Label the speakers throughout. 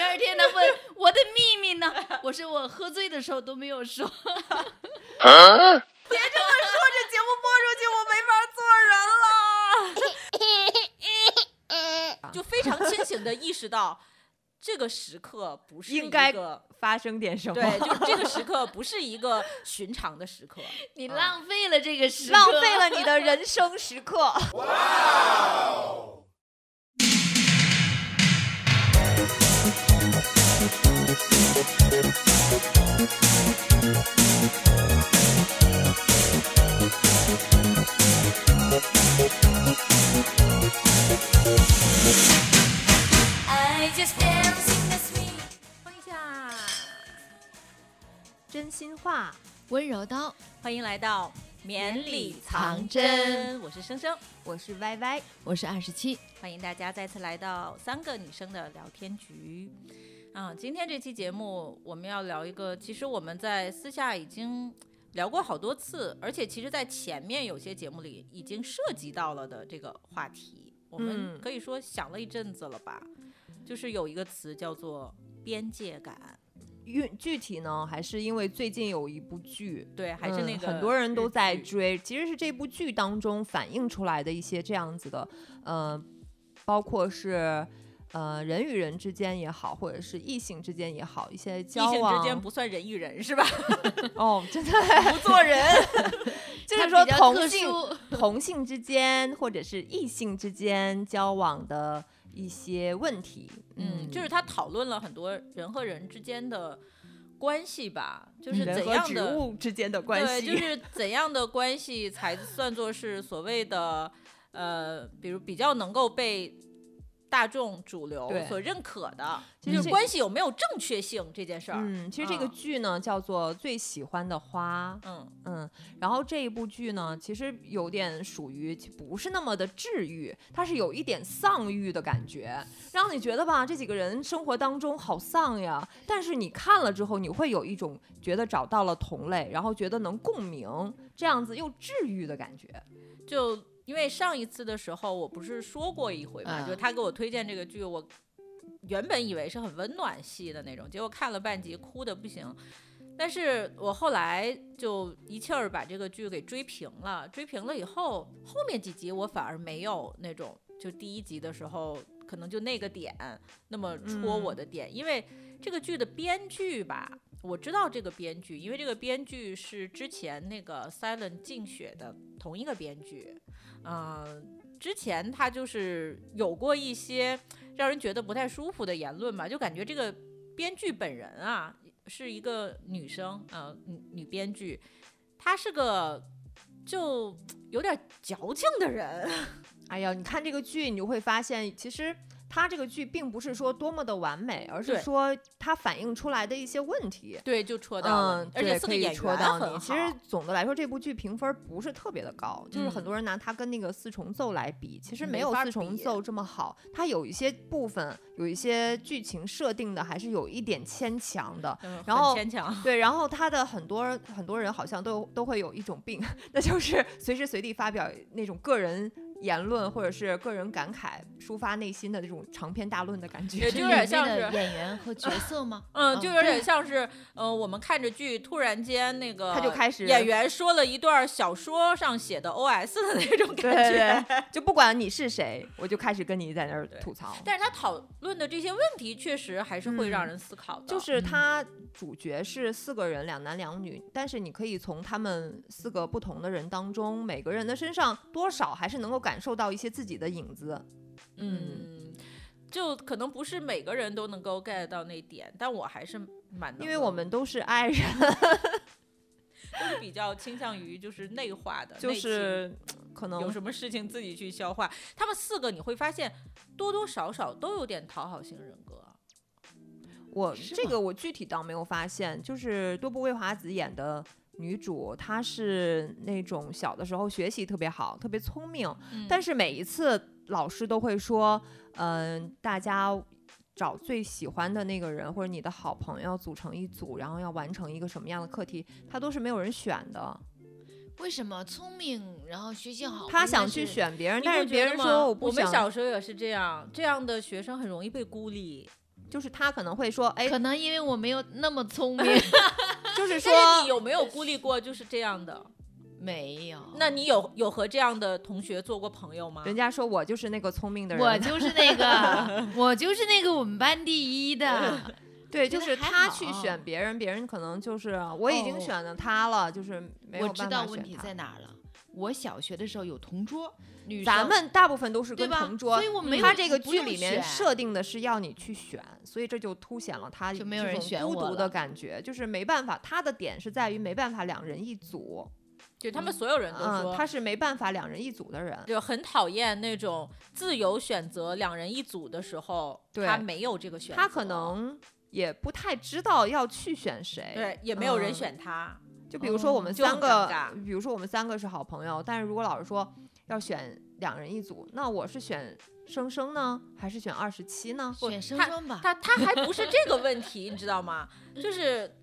Speaker 1: 二天他问我的秘密呢， 我说我喝醉的时候都没有说。
Speaker 2: 别这么说，这节目播出去我没法做人了。就非常清醒的意识到，这个时刻不是
Speaker 3: 应
Speaker 2: 一
Speaker 3: 该
Speaker 2: 个
Speaker 3: 发生点什么？
Speaker 2: 对，就这个时刻不是一个寻常的时刻。
Speaker 1: 你浪费了这个时 刻，
Speaker 3: 啊浪费了你的人生时刻。放一下 真心话，
Speaker 1: 温柔刀，
Speaker 2: 欢迎来到绵里藏
Speaker 1: 绵里藏
Speaker 2: 针，我是生生，
Speaker 3: 我是 Y Y，
Speaker 1: 我是二十七，
Speaker 2: 欢迎大家再次来到三个女生的聊天局。啊，今天这期节目我们要聊一个，其实我们在私下已经聊过好多次，而且其实在前面有些节目里已经涉及到了的这个话题，我们
Speaker 3: 嗯
Speaker 2: 可以说想了一阵子了吧。就是有一个词叫做边界感，
Speaker 3: 具具体呢，还是因为最近有一部剧。
Speaker 2: 对，还是那
Speaker 3: 嗯
Speaker 2: 个、
Speaker 3: 很多人都在。追，其实是这部剧当中反映出来的一些这样子的，呃，包括是呃人与人之间也好，或者是异性之间也好，一些
Speaker 2: 异
Speaker 3: 交
Speaker 2: 性
Speaker 3: 往
Speaker 2: 之间不算人与人是吧？
Speaker 3: 哦，真的
Speaker 2: 不 做人，
Speaker 3: 就是
Speaker 1: 它
Speaker 3: 说
Speaker 1: 比较
Speaker 3: 同
Speaker 1: 特
Speaker 3: 性
Speaker 1: 殊
Speaker 3: 同性之间或者是异性之间交往的一些问题，
Speaker 2: 嗯，就是他讨论了很多人和人之间的关系吧，就是
Speaker 3: 嗯人
Speaker 2: 怎
Speaker 3: 和
Speaker 2: 样
Speaker 3: 植
Speaker 2: 的
Speaker 3: 物之间的关系，
Speaker 2: 对，就是怎样的关系才算作是所谓的呃，比如比较能够被大众主流
Speaker 3: 对
Speaker 2: 所认可的，
Speaker 3: 其
Speaker 2: 就
Speaker 3: 实
Speaker 2: 是
Speaker 3: 这
Speaker 2: 关系有没有正确性这件事儿。
Speaker 3: 嗯，其实这个
Speaker 2: 啊
Speaker 3: 剧呢、叫做《最喜欢的花》，
Speaker 2: 嗯
Speaker 3: 嗯，然后这一部剧呢，其实有点属于其不是那么的治愈，它是有一点丧欲的感觉，让你觉得吧，这几个人生活当中好丧呀。但是你看了之后，你会有一种觉得找到了同类，然后觉得能共鸣，这样子又治愈的感觉。
Speaker 2: 就因为上一次的时候，我不是说过一回嘛，
Speaker 1: 嗯
Speaker 2: 就他给我推荐这个剧，我原本以为是很温暖系的那种，结果看了半集哭的不行。但是我后来就一气儿把这个剧给追平了，追平了以后，后面几集我反而没有那种，就第一集的时候可能就那个点那么戳我的点，因为这个剧的编剧吧，我知道这个编剧，因为这个编剧是之前那个《Silent 竞雪》的同一个编剧，嗯、之前他就是有过一些让人觉得不太舒服的言论吧，就感觉这个编剧本人啊是一个女生，呃，女女编剧，她是个就有点矫情的人，
Speaker 3: 哎呀，你看这个剧，你就会发现，其实它这个剧并不是说多么的完美，而是
Speaker 2: 对
Speaker 3: 说它反映出来的一些问题。
Speaker 2: 对，就戳到了你，
Speaker 3: 嗯，
Speaker 2: 而且
Speaker 3: 对
Speaker 2: 四
Speaker 3: 可
Speaker 2: 个
Speaker 3: 以
Speaker 2: 演员
Speaker 3: 戳到
Speaker 2: 很
Speaker 3: 你。其
Speaker 2: 好
Speaker 3: 实总的来说，这部剧评分不是特别的高，就是很
Speaker 2: 嗯
Speaker 3: 多人拿它跟那个《四重奏》来比，其实
Speaker 2: 没
Speaker 3: 没有
Speaker 2: 法
Speaker 3: 《四重
Speaker 2: 比
Speaker 3: 奏》这么好。它有一些部分，有一些剧情设定的还是有一点牵强的。
Speaker 2: 嗯
Speaker 3: 然
Speaker 2: 很
Speaker 3: 后
Speaker 2: 牵强，
Speaker 3: 对，然后他的很多很多人好像都都会有一种病， 那就是随时随地发表那种个人言论或者是个人感慨，抒发内心的那种长篇大论的感觉
Speaker 2: 也。就有点像是
Speaker 1: 演员和角色吗？
Speaker 2: 嗯，就
Speaker 1: 嗯
Speaker 2: 有
Speaker 1: 对
Speaker 2: 点像是，呃，我们看着剧，突然间那个
Speaker 3: 他就开始
Speaker 2: 演员说了一段小说上写的 OS 的那种
Speaker 3: 对
Speaker 2: 感觉。
Speaker 3: 对对，就不管你是谁，我就开始跟你在那儿
Speaker 2: 对
Speaker 3: 吐槽。
Speaker 2: 但是他讨论的这些问题，确实还是会让人思考的。
Speaker 3: 就是
Speaker 1: 嗯
Speaker 3: 他主角是四个人，两男两女，但是你可以从他们四个不同的人当中，每个人的身上多少还是能够感受到一些自己的影子。
Speaker 2: 嗯，就可能不是每个人都能够 get 到那点，但我还是蛮能够，
Speaker 3: 因为我们都是爱人，
Speaker 2: 都是比较倾向于就是内化的，
Speaker 3: 就
Speaker 2: 内倾
Speaker 3: 是可
Speaker 2: 有
Speaker 3: 能
Speaker 2: 什么事情自己去消化。他们四个你会发现，多多少少都有点讨好型人格。
Speaker 3: 我
Speaker 1: 是
Speaker 3: 这
Speaker 1: 吗
Speaker 3: 个我具体倒没有发现，就是多部未华子演的。女主她是那种小的时候学习特别好，特别聪明，
Speaker 2: 嗯
Speaker 3: 但是每一次老师都会说，嗯、大家找最喜欢的那个人或者你的好朋友组成一组，然后要完成一个什么样的课题，他都是没有人选
Speaker 1: 哦
Speaker 3: 的。
Speaker 1: 为什么聪明，然后学习好？
Speaker 3: 他想去，选别人，
Speaker 2: 你
Speaker 3: 但
Speaker 2: 不
Speaker 3: 是
Speaker 2: 觉
Speaker 3: 别
Speaker 2: 得
Speaker 3: 人
Speaker 2: 吗
Speaker 3: 说我不
Speaker 2: 我们
Speaker 3: 想。
Speaker 2: 小时候也是这样，这样的学生很容易被孤立。
Speaker 3: 就是他可能会说，哎，
Speaker 1: 可能因为我没有那么聪 明，
Speaker 3: 就是说，
Speaker 2: 但是你有没有孤立过就是这样的？
Speaker 1: 没有，
Speaker 2: 那你有有和这样的同学做过朋友吗？
Speaker 3: 人家说我就是那个聪明的人，
Speaker 1: 我就是那个，我就是那个我们班第一的，
Speaker 3: 对，
Speaker 1: 觉
Speaker 3: 就
Speaker 1: 得
Speaker 3: 是
Speaker 1: 还
Speaker 3: 他
Speaker 1: 好啊
Speaker 3: 去选别人，别人可能就是我已经
Speaker 1: 哦
Speaker 3: 选了他了，就是没有
Speaker 1: 我
Speaker 3: 办法
Speaker 1: 知道
Speaker 3: 选
Speaker 1: 问题
Speaker 3: 他
Speaker 1: 在哪儿了。我小学的时候有同桌，女
Speaker 3: 咱
Speaker 1: 生
Speaker 3: 们大部分都是
Speaker 1: 对
Speaker 3: 跟
Speaker 1: 吧？
Speaker 3: 同桌
Speaker 1: 所以，
Speaker 2: 嗯
Speaker 1: 我没有
Speaker 3: 他这个
Speaker 1: 不
Speaker 3: 剧
Speaker 1: 用
Speaker 3: 里
Speaker 1: 选
Speaker 3: 面设定的是要你去选，所以这就凸显了他
Speaker 1: 就没有
Speaker 3: 这
Speaker 1: 人
Speaker 3: 种
Speaker 1: 选
Speaker 3: 孤
Speaker 1: 我
Speaker 3: 独的
Speaker 1: 了
Speaker 3: 感觉，就是没办法，他的点是在于没办法两人一组，
Speaker 2: 就他们所有人都
Speaker 3: 嗯，
Speaker 2: 说，
Speaker 3: 他是没办法两人一组的人，
Speaker 2: 就很讨厌那种自由选择两人一组的时候，
Speaker 3: 对
Speaker 2: 他没有这个选择，
Speaker 3: 他可能也不太知道要去选谁，
Speaker 2: 对也没有人
Speaker 3: 嗯
Speaker 2: 选他。
Speaker 3: 就比如
Speaker 1: 哦
Speaker 3: 说我
Speaker 2: 嗯
Speaker 3: 们
Speaker 2: 就
Speaker 3: 三
Speaker 2: 很
Speaker 3: 个
Speaker 2: 尴，尬
Speaker 3: 比如说我们三个是好朋友，但是如果老师说要选两人一组，那我是选生生呢，还是选二十七呢？
Speaker 1: 选生
Speaker 2: 他
Speaker 1: 生吧，
Speaker 2: 他他还不是这个问题，你知道吗？就是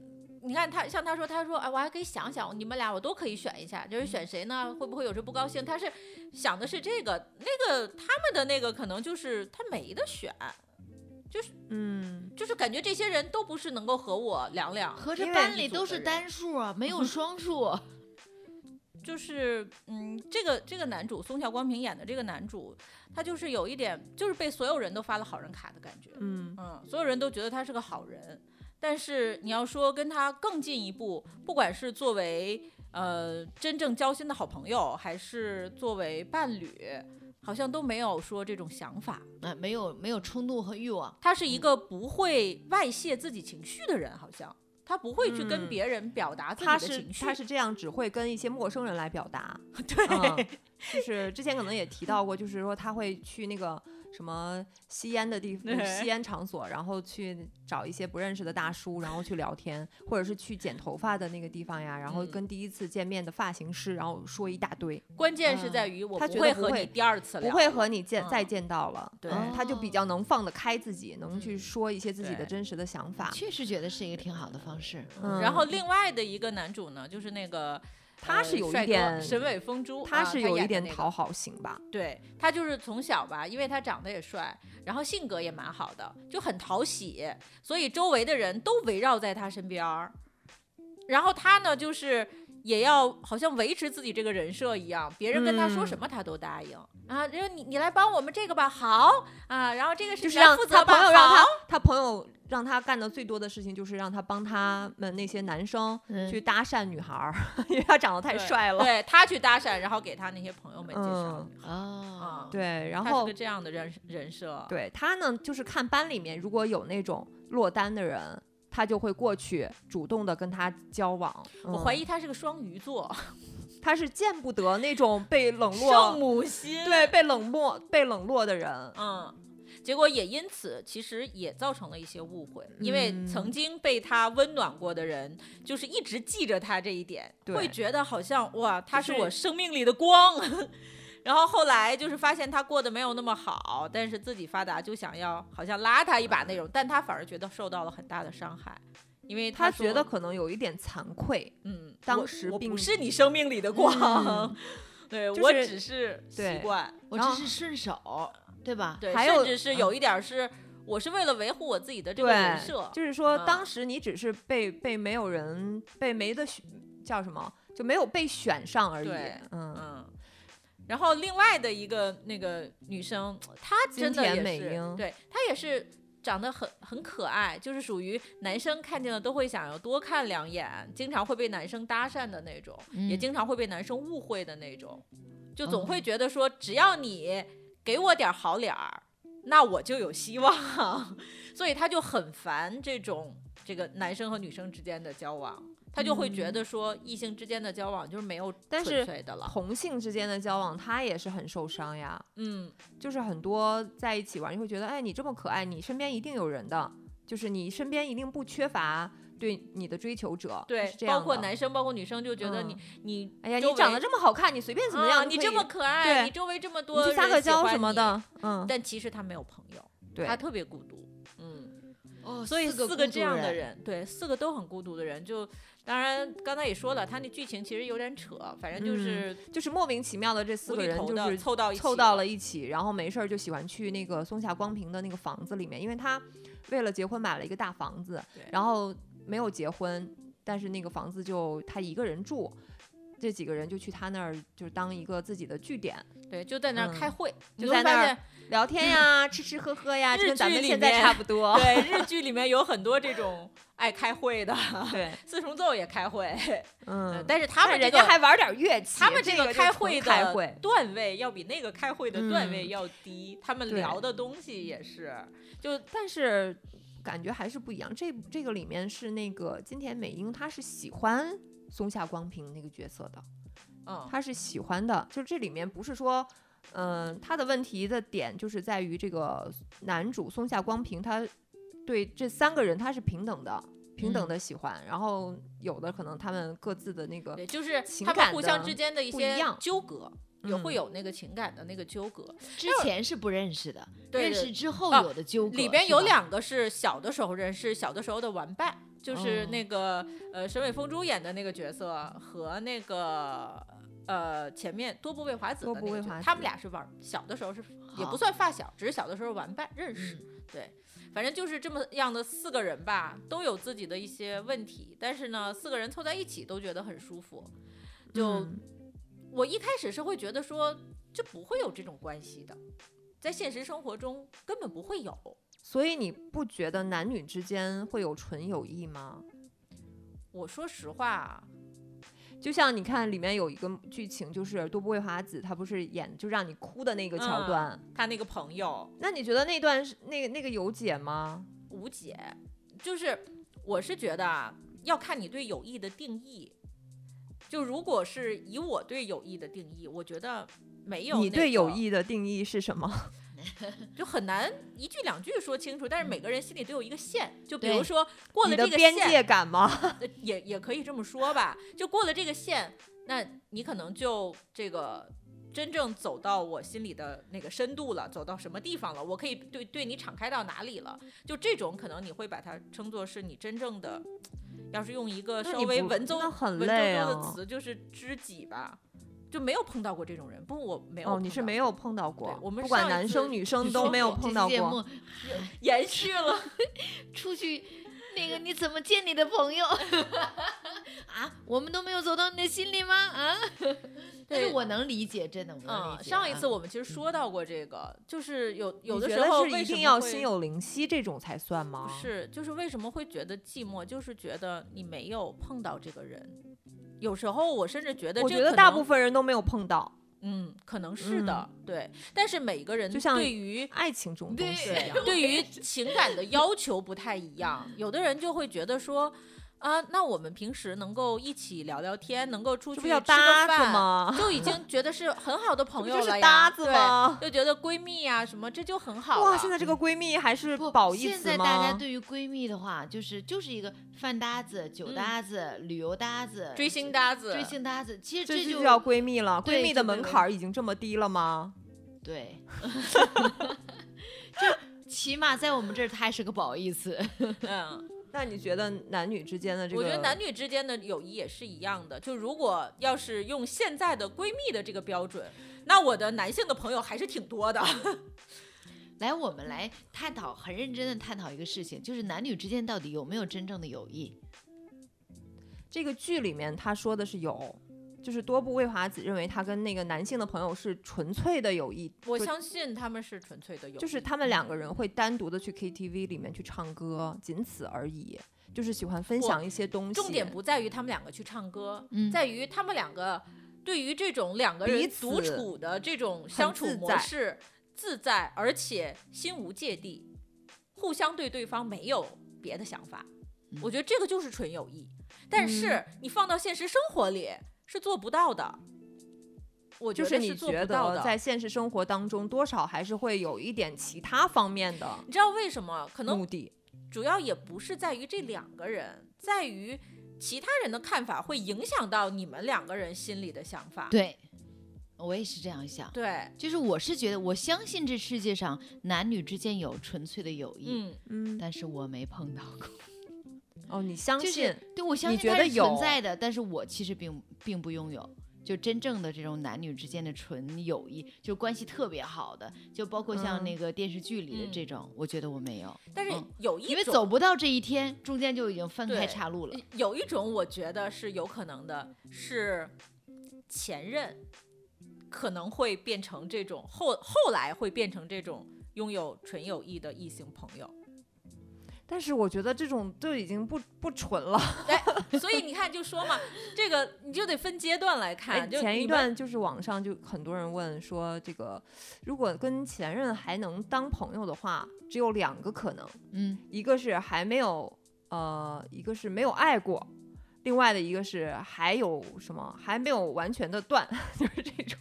Speaker 2: 你看他像他说，他说哎，我还可以想想，你们俩我都可以选一下，就是选谁呢？会不会有时候不高兴？他是想的是这个那个他们的那个可能就是他没得选，
Speaker 3: 嗯，
Speaker 2: 就是感觉这些人都不是能够和我两两，
Speaker 1: 合着
Speaker 3: 因为
Speaker 1: 班
Speaker 3: 一
Speaker 1: 里
Speaker 2: 组
Speaker 1: 都
Speaker 2: 的
Speaker 1: 是
Speaker 2: 人
Speaker 1: 单数啊，没 有双数。
Speaker 2: 就是嗯，这个这个男主松下光平演的这个男主，他就是有一点就是被所有人都发了好人卡的感觉，
Speaker 3: 嗯，
Speaker 2: 嗯，所有人都觉得他是个好人，但是你要说跟他更进一步，不管是作为呃真正交心的好朋友，还是作为伴侣，好像都没有说这种想法。
Speaker 1: 啊，没有没有冲动和欲望，
Speaker 2: 他是一个不会外泄自己情绪的人，好像他不会去跟
Speaker 3: 嗯
Speaker 2: 别人表达自己
Speaker 3: 他
Speaker 2: 的
Speaker 3: 是
Speaker 2: 情绪。
Speaker 3: 他是这样，只会跟一些陌生人来表达。
Speaker 2: 对、
Speaker 3: 嗯就是之前可能也提到过，就是说他会去那个什么吸烟的地方、
Speaker 2: 对
Speaker 3: 吸烟场所，然后去找一些不认识的大叔，然后去聊天，或者是去剪头发的那个地方呀，然后
Speaker 2: 嗯
Speaker 3: 跟第一次见面的发型师，然后说一大堆，
Speaker 2: 关键是在于我
Speaker 3: 嗯他
Speaker 2: 不
Speaker 3: 觉
Speaker 2: 会
Speaker 3: 得不
Speaker 2: 和
Speaker 3: 会
Speaker 2: 你第二次
Speaker 3: 不
Speaker 2: 聊
Speaker 3: 会
Speaker 2: 了
Speaker 3: 和你见、
Speaker 2: 嗯
Speaker 3: 再见到了。
Speaker 2: 对
Speaker 3: 嗯他就比较能放得开自己，能去
Speaker 2: 嗯
Speaker 3: 说一些自己的
Speaker 2: 对
Speaker 3: 真实的想法。
Speaker 1: 确实觉得是一个挺好的方式。
Speaker 3: 嗯
Speaker 2: 然后另外的一个男主呢，就是那个
Speaker 3: 他
Speaker 2: 呃
Speaker 3: 是有一
Speaker 2: 帅哥
Speaker 3: 点
Speaker 2: 神尾风珠，
Speaker 3: 他
Speaker 2: 啊
Speaker 3: 是有一
Speaker 2: 演的
Speaker 3: 点
Speaker 2: 那个
Speaker 3: 讨好型吧？
Speaker 2: 对他就是从小吧，因为他长得也帅，然后性格也蛮好的，就很讨喜，所以周围的人都围绕在他身边儿。然后他呢，就是也要好像维持自己这个人设一样，别人跟他说什
Speaker 3: 嗯
Speaker 2: 么他都答应、啊，就你你来帮我们这个吧，好啊，然后这个事
Speaker 3: 就是
Speaker 2: 情来
Speaker 3: 让
Speaker 2: 负
Speaker 3: 他
Speaker 2: 责吧，
Speaker 3: 朋友让他
Speaker 2: 好
Speaker 3: 他朋友让他干的最多的事情就是让他帮他们那些男生
Speaker 1: 嗯
Speaker 3: 去搭讪女孩儿， 因为他长得太
Speaker 2: 对
Speaker 3: 帅了。
Speaker 2: 对他去搭讪，然后给他那些朋友们介绍
Speaker 3: 嗯，
Speaker 1: 哦
Speaker 2: 啊，，
Speaker 3: 对，然
Speaker 2: 他是
Speaker 3: 后
Speaker 2: 个这样的人人设，
Speaker 3: 对他呢，就是看班里面如果有那种落单的人，他就会过去主动的跟他交往。
Speaker 2: 我怀
Speaker 3: 嗯
Speaker 2: 疑他是个双鱼座，
Speaker 3: 他是见不得那种被冷
Speaker 2: 圣
Speaker 3: 落，
Speaker 2: 母心，
Speaker 3: 嗯对，被冷漠、被冷落的人。
Speaker 2: 嗯，结果也因此其实也造成了一些误会，因为
Speaker 3: 嗯
Speaker 2: 曾经被他温暖过的人，就是一直记着他这一点，
Speaker 3: 对
Speaker 2: 会觉得好像哇，他是
Speaker 3: 是
Speaker 2: 我生命里的光。 然后后来就是发现他过得没有那么好，但是自己发达就想要好像拉他一把那种，但他反而觉得受到了很大的伤害，因为
Speaker 3: 他
Speaker 2: 说
Speaker 3: 觉得可能有一点惭愧，
Speaker 2: 嗯，
Speaker 3: 当
Speaker 2: 我
Speaker 3: 时
Speaker 2: 我
Speaker 3: 并
Speaker 2: 不是你生命里的光，
Speaker 3: 嗯
Speaker 2: 对、
Speaker 3: 就
Speaker 2: 我
Speaker 3: 是
Speaker 2: 只是习
Speaker 3: 对
Speaker 2: 惯，
Speaker 1: 我
Speaker 3: 然
Speaker 1: 只
Speaker 3: 后
Speaker 1: 是顺手，对吧？
Speaker 2: 对，
Speaker 3: 还有嗯
Speaker 2: 甚至是有一点儿是，我是为了维护我自己的这个
Speaker 3: 对
Speaker 2: 人设，
Speaker 3: 就是说
Speaker 2: 嗯
Speaker 3: 当时你只是被被没有人被没得选，叫什么就没有被选上而已
Speaker 2: 对。
Speaker 3: 嗯，
Speaker 2: 嗯。然后另外的一个那个女生，她真
Speaker 3: 金
Speaker 2: 的
Speaker 3: 田
Speaker 2: 也
Speaker 3: 美
Speaker 2: 是
Speaker 3: 英，
Speaker 2: 对她也是长得很很可爱，就是属于男生看见了都会想要多看两眼，经常会被男生搭讪的那种，也
Speaker 1: 嗯
Speaker 2: 经常会被男生误会的那种，就总
Speaker 1: 哦
Speaker 2: 会觉得说，只要你给我点儿好脸儿，那我就有希望。 所以他就很烦这种这个男生和女生之间的交往，他就会觉得说，异性之间的交往就是没有
Speaker 3: 嗯但
Speaker 2: 纯
Speaker 3: 是
Speaker 2: 粹的了。
Speaker 3: 同性之间的交往，他也是很受伤呀。
Speaker 2: 嗯，
Speaker 3: 就是很多在一起玩，你会觉得，哎，你这么可爱，你身边一定有人的，就是你身边一定不缺乏对你的追求者。
Speaker 2: 对
Speaker 3: 是这，样
Speaker 2: 包
Speaker 3: 的
Speaker 2: 括男生，包括女生，就觉得你、
Speaker 3: 嗯
Speaker 2: 你
Speaker 3: 哎呀，
Speaker 2: 周
Speaker 3: 你
Speaker 2: 围
Speaker 3: 长得这么好看，你随便怎么样
Speaker 2: 啊
Speaker 3: 都可以、
Speaker 2: 你这么可爱，
Speaker 3: 对
Speaker 2: 你周围这么多
Speaker 3: 你去
Speaker 2: 人
Speaker 3: 撒个
Speaker 2: 喜
Speaker 3: 娇
Speaker 2: 欢
Speaker 3: 什么
Speaker 2: 你，
Speaker 3: 的，嗯，
Speaker 2: 但其实他没有朋友，
Speaker 3: 对
Speaker 2: 他特别孤独。嗯，
Speaker 1: 哦
Speaker 2: 所以
Speaker 1: 四个
Speaker 2: 四
Speaker 1: 孤
Speaker 2: 个
Speaker 1: 独
Speaker 2: 这样的
Speaker 1: 人
Speaker 2: 人，对，四个都很孤独的人，就当然刚才也说了，他那剧情其实有点扯，反正就
Speaker 3: 嗯
Speaker 2: 是
Speaker 3: 就是莫名其妙的这四
Speaker 2: 无
Speaker 3: 个
Speaker 2: 厘
Speaker 3: 人
Speaker 2: 头
Speaker 3: 就
Speaker 2: 的
Speaker 3: 是
Speaker 2: 凑到一起
Speaker 3: 凑到
Speaker 2: 了，
Speaker 3: 了一起，然后没事儿就喜欢去那个松下光平的那个房子里面，因为他为了结婚买了一个大房子
Speaker 2: 对，
Speaker 3: 然后没有结婚，但是那个房子就他一个人住，这几个人就去他那儿就是当一个自己的据点
Speaker 2: 对，就在那儿开
Speaker 3: 嗯
Speaker 2: 会，
Speaker 3: 就
Speaker 2: 你会
Speaker 3: 在
Speaker 2: 发
Speaker 3: 那儿
Speaker 2: 现
Speaker 3: 聊天呀、吃吃喝喝呀，就
Speaker 2: 日
Speaker 3: 跟咱
Speaker 2: 剧
Speaker 3: 们
Speaker 2: 里
Speaker 3: 现在
Speaker 2: 面
Speaker 3: 差不 多。
Speaker 2: 对，日剧里面有很多这种爱开会的，
Speaker 3: 对，
Speaker 2: 四重奏也开会，
Speaker 3: 嗯，
Speaker 2: 但是他们这
Speaker 3: 人
Speaker 2: 个
Speaker 3: 家还玩点乐器，
Speaker 2: 他们
Speaker 3: 这
Speaker 2: 这个
Speaker 3: 就
Speaker 2: 开
Speaker 3: 纯
Speaker 2: 会
Speaker 3: 开
Speaker 2: 的
Speaker 3: 会，
Speaker 2: 段位要比那个开会的段位
Speaker 3: 嗯
Speaker 2: 要低，他们
Speaker 3: 对
Speaker 2: 聊的东西也是，就
Speaker 3: 但是感觉还是不一样。这这个里面是那个金田美英，她是喜欢松下光平那个角色的，
Speaker 2: 嗯，
Speaker 3: 她是喜欢的。就这里面不是说，嗯、她的问题的点就是在于这个男主松下光平，他对这三个人他是平等的。平
Speaker 2: 嗯
Speaker 3: 等的喜欢，然后有的可能他们各自的那个
Speaker 2: 对，就是
Speaker 3: 情
Speaker 2: 他们
Speaker 3: 感
Speaker 2: 互相
Speaker 3: 的
Speaker 2: 之间的一
Speaker 3: 不一
Speaker 2: 些
Speaker 3: 样
Speaker 2: 纠葛，也
Speaker 3: 嗯
Speaker 2: 会有那个情感的那个纠葛。
Speaker 1: 之前是不认识的，
Speaker 2: 对
Speaker 1: 认识
Speaker 2: 对，
Speaker 1: 之后
Speaker 2: 啊
Speaker 1: 有的纠葛。
Speaker 2: 里边
Speaker 1: 是
Speaker 2: 有
Speaker 1: 吧，
Speaker 2: 两个是小的时候认识，小的时候的玩伴，就是
Speaker 3: 哦
Speaker 2: 那个、呃沈伟峰主演的那个角色和那个。呃，前面多部未华子的
Speaker 3: 多
Speaker 2: 那
Speaker 3: 部
Speaker 2: 个
Speaker 3: 未
Speaker 2: 角
Speaker 3: 华
Speaker 2: 色
Speaker 3: 子
Speaker 2: 他们俩是玩小的时候是也
Speaker 1: 好
Speaker 2: 不算发小，只是小的时候玩伴认识。
Speaker 1: 嗯
Speaker 2: 对，反正就是这么样的四个人吧，都有自己的一些问题，但是呢，四个人凑在一起都觉得很舒服。就
Speaker 3: 嗯
Speaker 2: 我一开始是会觉得说，这不会有这种关系的，在现实生活中根本不会有。
Speaker 3: 所以你不觉得男女之间会有纯友谊吗？
Speaker 2: 我说实话，啊
Speaker 3: 就像你看里面有一个剧情，就是多部未华子她不是演就让你哭的那个桥段，
Speaker 2: 他那个朋友
Speaker 3: 那你觉得那段是那个那个有解吗？
Speaker 2: 吴姐，就是我是觉得啊，要看你对友谊的定义。就如果是以我对友谊的定义，我觉得没有、那
Speaker 3: 你对友
Speaker 2: 个
Speaker 3: 谊的定义是什么？
Speaker 2: 就很难一句两句说清楚，但是每个人心里都有一个线。就比
Speaker 1: 对
Speaker 2: 如说过了
Speaker 3: 你
Speaker 2: 这
Speaker 3: 的
Speaker 2: 个
Speaker 3: 边
Speaker 2: 线，
Speaker 3: 界感吗？
Speaker 2: 呃也也可以这么说吧。就过了这个线，那你可能就这个真正走到我心里的那个深度了，走到什么地方了，我可以对对你敞开到哪里了。就这种可能你会把它称作是你真正的，要是用一个
Speaker 3: 那
Speaker 2: 稍
Speaker 3: 你
Speaker 2: 微
Speaker 3: 不
Speaker 2: 文绉
Speaker 3: 那很
Speaker 2: 文
Speaker 3: 累
Speaker 2: 绉
Speaker 3: 啊
Speaker 2: 绉的词，就是知己吧。就没有碰到过这种人，不，我没有碰到过。
Speaker 3: 哦，你是没有碰到过
Speaker 2: 对，我们
Speaker 3: 不管
Speaker 2: 上一
Speaker 3: 男
Speaker 2: 次
Speaker 3: 生女生
Speaker 2: 你
Speaker 3: 都
Speaker 2: 说
Speaker 3: 没有
Speaker 2: 过
Speaker 1: 这
Speaker 3: 碰
Speaker 1: 期
Speaker 3: 到
Speaker 1: 节
Speaker 3: 过。
Speaker 1: 目
Speaker 2: 延续了，
Speaker 1: 出去，那个你怎么见你的朋友 啊？我们都没有走到你的心里吗？啊？ 但是
Speaker 2: 对
Speaker 1: 我能理解，真的，我能
Speaker 2: 嗯，
Speaker 1: 理解。
Speaker 2: 上一次
Speaker 1: 啊
Speaker 2: 我们其实说到过这个，就是有有
Speaker 3: 你
Speaker 2: 的
Speaker 3: 觉
Speaker 2: 时
Speaker 3: 得
Speaker 2: 候
Speaker 3: 是
Speaker 2: 为
Speaker 3: 一
Speaker 2: 什
Speaker 3: 定
Speaker 2: 么
Speaker 3: 要
Speaker 2: 会
Speaker 3: 心有灵犀这种才算吗？
Speaker 2: 不，是，就是为什么会觉得寂寞，就是觉得你没有碰到这个人。有时候我甚至觉得
Speaker 3: 我
Speaker 2: 这
Speaker 3: 觉
Speaker 2: 可
Speaker 3: 得大
Speaker 2: 能
Speaker 3: 部，分人都没有碰到
Speaker 2: 嗯，可能是的，对。但是每个人
Speaker 3: 就像
Speaker 2: 对于
Speaker 3: 爱情这种东
Speaker 1: 对
Speaker 3: 西 一样。
Speaker 2: 对于情感的要求不太一样，有的人就会觉得说。啊，那我们平时能够一起聊聊天，能够出
Speaker 3: 这不
Speaker 2: 去吃
Speaker 3: 叫
Speaker 2: 个
Speaker 3: 搭子
Speaker 2: 饭，
Speaker 3: 吗？
Speaker 2: 就已经觉得是很好的朋
Speaker 3: 不
Speaker 2: 友
Speaker 3: 就
Speaker 2: 了
Speaker 3: 是
Speaker 2: 呀，
Speaker 3: 搭子
Speaker 2: 对
Speaker 3: 吗
Speaker 2: 就觉得闺蜜啊什么，这就很好了。
Speaker 3: 哇，现在这个闺蜜还是
Speaker 1: 不
Speaker 3: 褒义词吗？
Speaker 1: 现在大家对于闺蜜的话，就是就是一个饭搭子、酒
Speaker 2: 嗯
Speaker 1: 搭子、旅游搭子、
Speaker 2: 追星搭子，
Speaker 1: 追星搭子，其实
Speaker 3: 这
Speaker 1: 这
Speaker 3: 就叫闺蜜了。
Speaker 1: 对
Speaker 3: 闺蜜
Speaker 1: 就
Speaker 3: 的
Speaker 1: 被
Speaker 3: 门
Speaker 1: 围
Speaker 3: 槛儿已经这么低了吗？
Speaker 1: 对，就起码在我们这儿，它还是个褒义词。
Speaker 2: 嗯，
Speaker 3: 那你觉得男女之间的这个，
Speaker 2: 我觉得男女之间的友谊也是一样的。就如果要是用现在的闺蜜的这个标准，那我的男性的朋友还是挺多的。
Speaker 1: 来，我们来探讨，很认真的探讨一个事情，就是男女之间到底有没有真正的友谊？
Speaker 3: 这个剧里面他说的是有，就是多部未华子认为他跟那个男性的朋友是纯粹的友谊，
Speaker 2: 我
Speaker 3: 就
Speaker 2: 相信他们是纯粹的友谊，
Speaker 3: 就是他们两个人会单独的去 KTV 里面去唱歌，仅此而已，就是喜欢分
Speaker 2: 不
Speaker 3: 享一些东西。
Speaker 2: 重点不在于他们两个去唱歌，
Speaker 1: 嗯
Speaker 2: 在于他们两个对于这种两个人
Speaker 3: 彼
Speaker 2: 独
Speaker 3: 此
Speaker 2: 处的这种相处
Speaker 3: 自
Speaker 2: 模
Speaker 3: 在
Speaker 2: 式自在，而且心无芥蒂，互相对对方没有别的想法。
Speaker 1: 嗯
Speaker 2: 我觉得这个就是纯友谊，但
Speaker 3: 嗯
Speaker 2: 是你放到现实生活里是做不到的。我觉
Speaker 3: 就
Speaker 2: 得
Speaker 3: 是
Speaker 2: 是
Speaker 3: 你
Speaker 2: 做
Speaker 3: 觉
Speaker 2: 不到
Speaker 3: 得
Speaker 2: 的。
Speaker 3: 在现实生活当中，多少还是会有一点其他方面的
Speaker 2: 你知道为什么？可能
Speaker 3: 目的。
Speaker 2: 主要也不是在于这两个人，在于其他人的看法会影响到你们两个人心里的想法。
Speaker 1: 对，我也是这样想。
Speaker 2: 对，
Speaker 1: 就是我是觉得，我相信这世界上男女之间有纯粹的友谊，
Speaker 2: 嗯，
Speaker 3: 嗯，
Speaker 1: 但是我没碰到过。
Speaker 3: 哦，你相
Speaker 1: 就
Speaker 3: 信
Speaker 1: 是？对我相
Speaker 3: 你
Speaker 1: 信
Speaker 3: 觉
Speaker 1: 它
Speaker 3: 得
Speaker 1: 是存
Speaker 3: 有
Speaker 1: 在的，但是我其实并并不拥有。就真正的这种男女之间的纯友谊，就关系特别好的，就包括像
Speaker 3: 嗯
Speaker 1: 那个电视剧里的
Speaker 2: 嗯
Speaker 1: 这种，我觉得我没有，
Speaker 2: 但是
Speaker 1: 嗯
Speaker 2: 有一种，
Speaker 1: 因为走不到这一天，中间就已经分开
Speaker 2: 对
Speaker 1: 岔路了。
Speaker 2: 有一种我觉得是有可能的，是前任可能会变成这种后后来会变成这种拥有纯友谊的异性朋友。
Speaker 3: 但是我觉得这种就已经不不纯了。
Speaker 2: 所以你看，就说嘛，这个你就得分阶段来
Speaker 3: 哎，
Speaker 2: 看。就
Speaker 3: 前
Speaker 2: 你
Speaker 3: 一
Speaker 2: 们
Speaker 3: 段就是网上就很多人问说，这个如果跟前任还能当朋友的话，只有两个可能，
Speaker 1: 嗯，
Speaker 3: 一个是还没有，呃，一个是没有爱过，另外的一个是还有什么还没有完全的断，就是这种。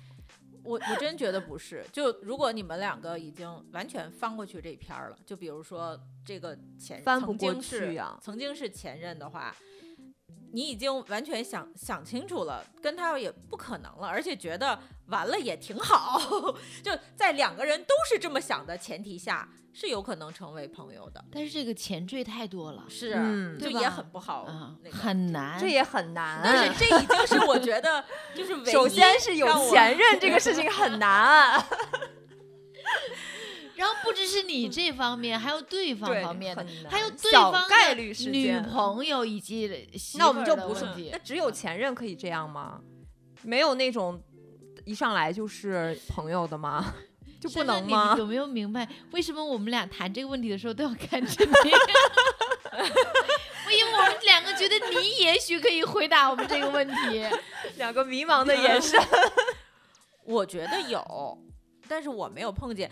Speaker 2: 我我真觉得不是。就如果你们两个已经完全翻过去这篇儿了，就比如说这个前
Speaker 3: 翻不过
Speaker 2: 曾经是
Speaker 3: 去啊
Speaker 2: 曾经是前任的话，你已经完全想想清楚了，跟他也不可能了，而且觉得完了也挺好。 就在两个人都是这么想的前提下，是有可能成为朋友的。
Speaker 1: 但是这个前缀太多了
Speaker 2: 是，
Speaker 3: 嗯
Speaker 2: 就
Speaker 1: 对
Speaker 2: 也
Speaker 1: 吧
Speaker 2: 很不好，
Speaker 1: 啊，
Speaker 2: 那个
Speaker 1: 很难。
Speaker 3: 这也很难。
Speaker 2: 但是这已经是我觉得就是 唯一
Speaker 3: 首先是有
Speaker 2: 让我
Speaker 3: 前任这个事情 很难，
Speaker 1: 然后不只是你这方面，还有对方
Speaker 3: 嗯对
Speaker 1: 方面的，
Speaker 3: 很难
Speaker 1: 还有对
Speaker 3: 小
Speaker 1: 方的
Speaker 3: 概率事
Speaker 1: 女
Speaker 3: 件
Speaker 1: 朋友以及媳
Speaker 3: 那我们
Speaker 1: 妇儿
Speaker 3: 就
Speaker 1: 的
Speaker 3: 不
Speaker 1: 问
Speaker 2: 是
Speaker 1: 题嗯
Speaker 3: 那只有前任可以这样吗？没有那种一上来就是朋友的吗？就不
Speaker 1: 珊珊
Speaker 3: 能
Speaker 1: 你
Speaker 3: 吗？
Speaker 1: 有没有明白为什么我们俩谈这个问题的时候都要看着你？ 我因为我们两个觉得你也许可以回答我们这个 问题。
Speaker 3: 两个迷茫的眼 神，
Speaker 2: 我觉得有，但是我没有碰见。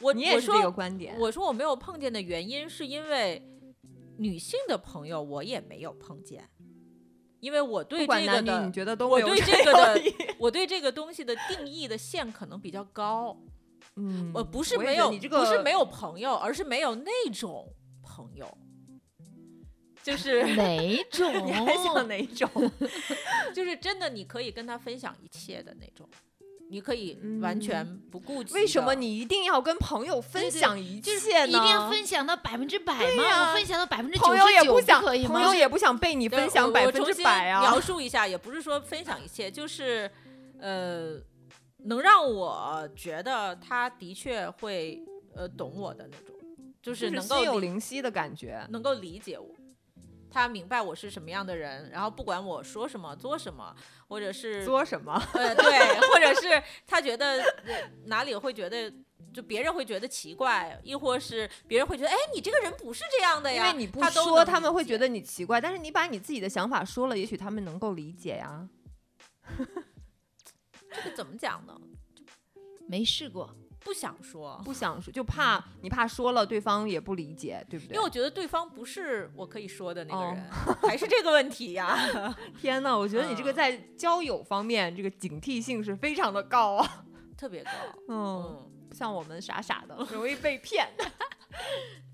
Speaker 2: 我
Speaker 3: 你
Speaker 2: 我
Speaker 3: 也是这个
Speaker 2: 说
Speaker 3: 观点？
Speaker 2: 我说我没有碰见的原因是因为女性的朋友我也没有碰见，因为我对
Speaker 3: 不管
Speaker 2: 这个
Speaker 3: 男女，你
Speaker 2: 的
Speaker 3: 觉得都
Speaker 2: 我
Speaker 3: 会有
Speaker 2: 对这个的
Speaker 3: 友谊，
Speaker 2: 我对这个东西的定义的线可能比较高。
Speaker 3: 嗯，
Speaker 2: 我呃不是
Speaker 3: 我也
Speaker 2: 没
Speaker 3: 觉得
Speaker 2: 有，
Speaker 3: 你这个
Speaker 2: 不是没有朋友，而是没有那种朋友，就是。
Speaker 1: 哪种？
Speaker 3: 你还想哪种？
Speaker 2: 就是真的，你可以跟他分享一切的那种，你可以完全不顾
Speaker 3: 嗯
Speaker 2: 及、
Speaker 3: 为什么？你一定要跟朋友分享一
Speaker 1: 就是
Speaker 3: 切呢？
Speaker 1: 一定要分享到百分之百吗？
Speaker 3: 呀
Speaker 1: 我分享到百分之九
Speaker 3: 朋友也
Speaker 1: 十
Speaker 3: 不
Speaker 1: 九
Speaker 3: 想，
Speaker 1: 可以
Speaker 3: 朋
Speaker 1: 吗
Speaker 3: 友？也不想被你
Speaker 2: 对
Speaker 3: 分享
Speaker 2: 我
Speaker 3: 百
Speaker 2: 我
Speaker 3: 分
Speaker 2: 重
Speaker 3: 之
Speaker 2: 新
Speaker 3: 百啊！
Speaker 2: 描述一下，也不是说分享一切，就是呃，能让我觉得他的确会呃懂我的那种，就
Speaker 3: 就是是
Speaker 2: 能
Speaker 3: 心有
Speaker 2: 够理
Speaker 3: 灵犀的感觉。
Speaker 2: 能够理解我。他明白我是什么样的人，然后不管我说什么、做什么，或者是
Speaker 3: 作什么？
Speaker 2: 呃，对，或者是他觉得呃哪里会觉得，就别人会觉得奇怪，亦或是别人会觉得，哎，你这个人不是这样的
Speaker 3: 因
Speaker 2: 呀。
Speaker 3: 为你不
Speaker 2: 他都
Speaker 3: 说，
Speaker 2: 能
Speaker 3: 他们
Speaker 2: 理
Speaker 3: 会
Speaker 2: 解
Speaker 3: 觉得你奇怪，但是你把你自己的想法说了，也许他们能够理解呀。
Speaker 2: 这个怎么讲呢？
Speaker 1: 没试过，
Speaker 2: 不想说，
Speaker 3: 不想说，就怕你怕说了对方也不理解，对不
Speaker 2: 嗯因
Speaker 3: 对
Speaker 2: 为？我觉得对方不是我可以说的那个
Speaker 3: 哦
Speaker 2: 人，还是这个问 题呀。
Speaker 3: 天呐，我觉得你这个
Speaker 2: 嗯
Speaker 3: 在交友方面，这个警惕性是非常的高啊。
Speaker 2: 特别高。
Speaker 3: 嗯，
Speaker 2: 嗯，
Speaker 3: 不像我们傻傻 的，容易被骗。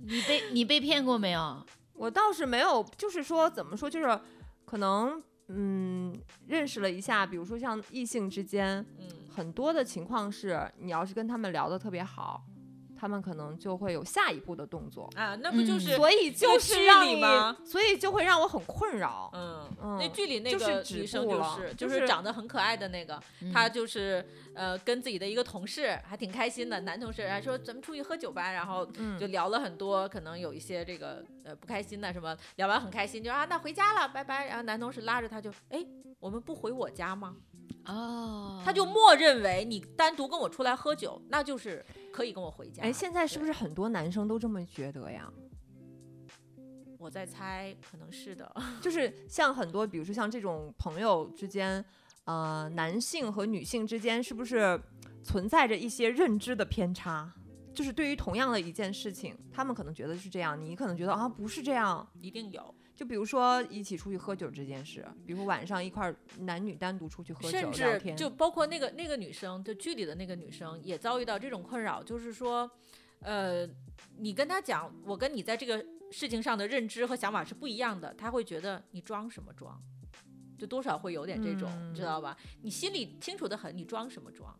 Speaker 1: 你被你被骗过没有？
Speaker 3: 我倒是没有，就是说怎么说，就是可能嗯，认识了一下，比如说像异性之间，
Speaker 2: 嗯
Speaker 3: 很多的情况是，你要是跟他们聊得特别好，他们可能就会有下一步的动作，
Speaker 2: 啊，那不就是
Speaker 3: 嗯所以
Speaker 2: 那
Speaker 3: 就
Speaker 2: 个
Speaker 3: 是
Speaker 2: 剧
Speaker 3: 让
Speaker 2: 里
Speaker 3: 你
Speaker 2: 吗，
Speaker 3: 所以就会让我很困扰。
Speaker 2: 嗯。
Speaker 3: 嗯
Speaker 2: 那剧里那
Speaker 3: 就是
Speaker 2: 个
Speaker 3: 止
Speaker 2: 女生
Speaker 3: 步
Speaker 2: 就
Speaker 3: 了
Speaker 2: 是
Speaker 3: 就
Speaker 2: 就是是长得很可爱的那个，
Speaker 1: 嗯
Speaker 2: 她就是呃跟自己的一个同事还挺开心的，男同事还说咱们出去喝酒吧，然后
Speaker 3: 嗯
Speaker 2: 就聊了很多，可能有一些这个呃不开心的什么，聊完很开心，就说啊那回家了，拜拜。然后男同事拉着她就哎我们不回我家吗？
Speaker 1: 哦，
Speaker 2: 他就默认为你单独跟我出来喝酒，那就是可以跟我回家。
Speaker 3: 哎，现在是不
Speaker 2: 对
Speaker 3: 是很多男生都这么觉得呀？
Speaker 2: 我在猜，可能是的。
Speaker 3: 就是像很多，比如说像这种朋友之间，呃，男性和女性之间是不是存在着一些认知的偏差？就是对于同样的一件事情，他们可能觉得是这样，你可能觉得啊不是这样。
Speaker 2: 一定有，
Speaker 3: 就比如说一起出去喝酒这件事，比如说晚上一块儿男女单独出去喝酒
Speaker 2: 甚
Speaker 3: 聊
Speaker 2: 至
Speaker 3: 天，
Speaker 2: 就包括那个那个女生，就剧里的那个女生也遭遇到这种困扰，就是说，呃，你跟她讲，我跟你在这个事情上的认知和想法是不一样的，她会觉得你装什么装，就多少会有点这种，
Speaker 3: 嗯
Speaker 2: 知道吧？你心里清楚的很，你装什么装？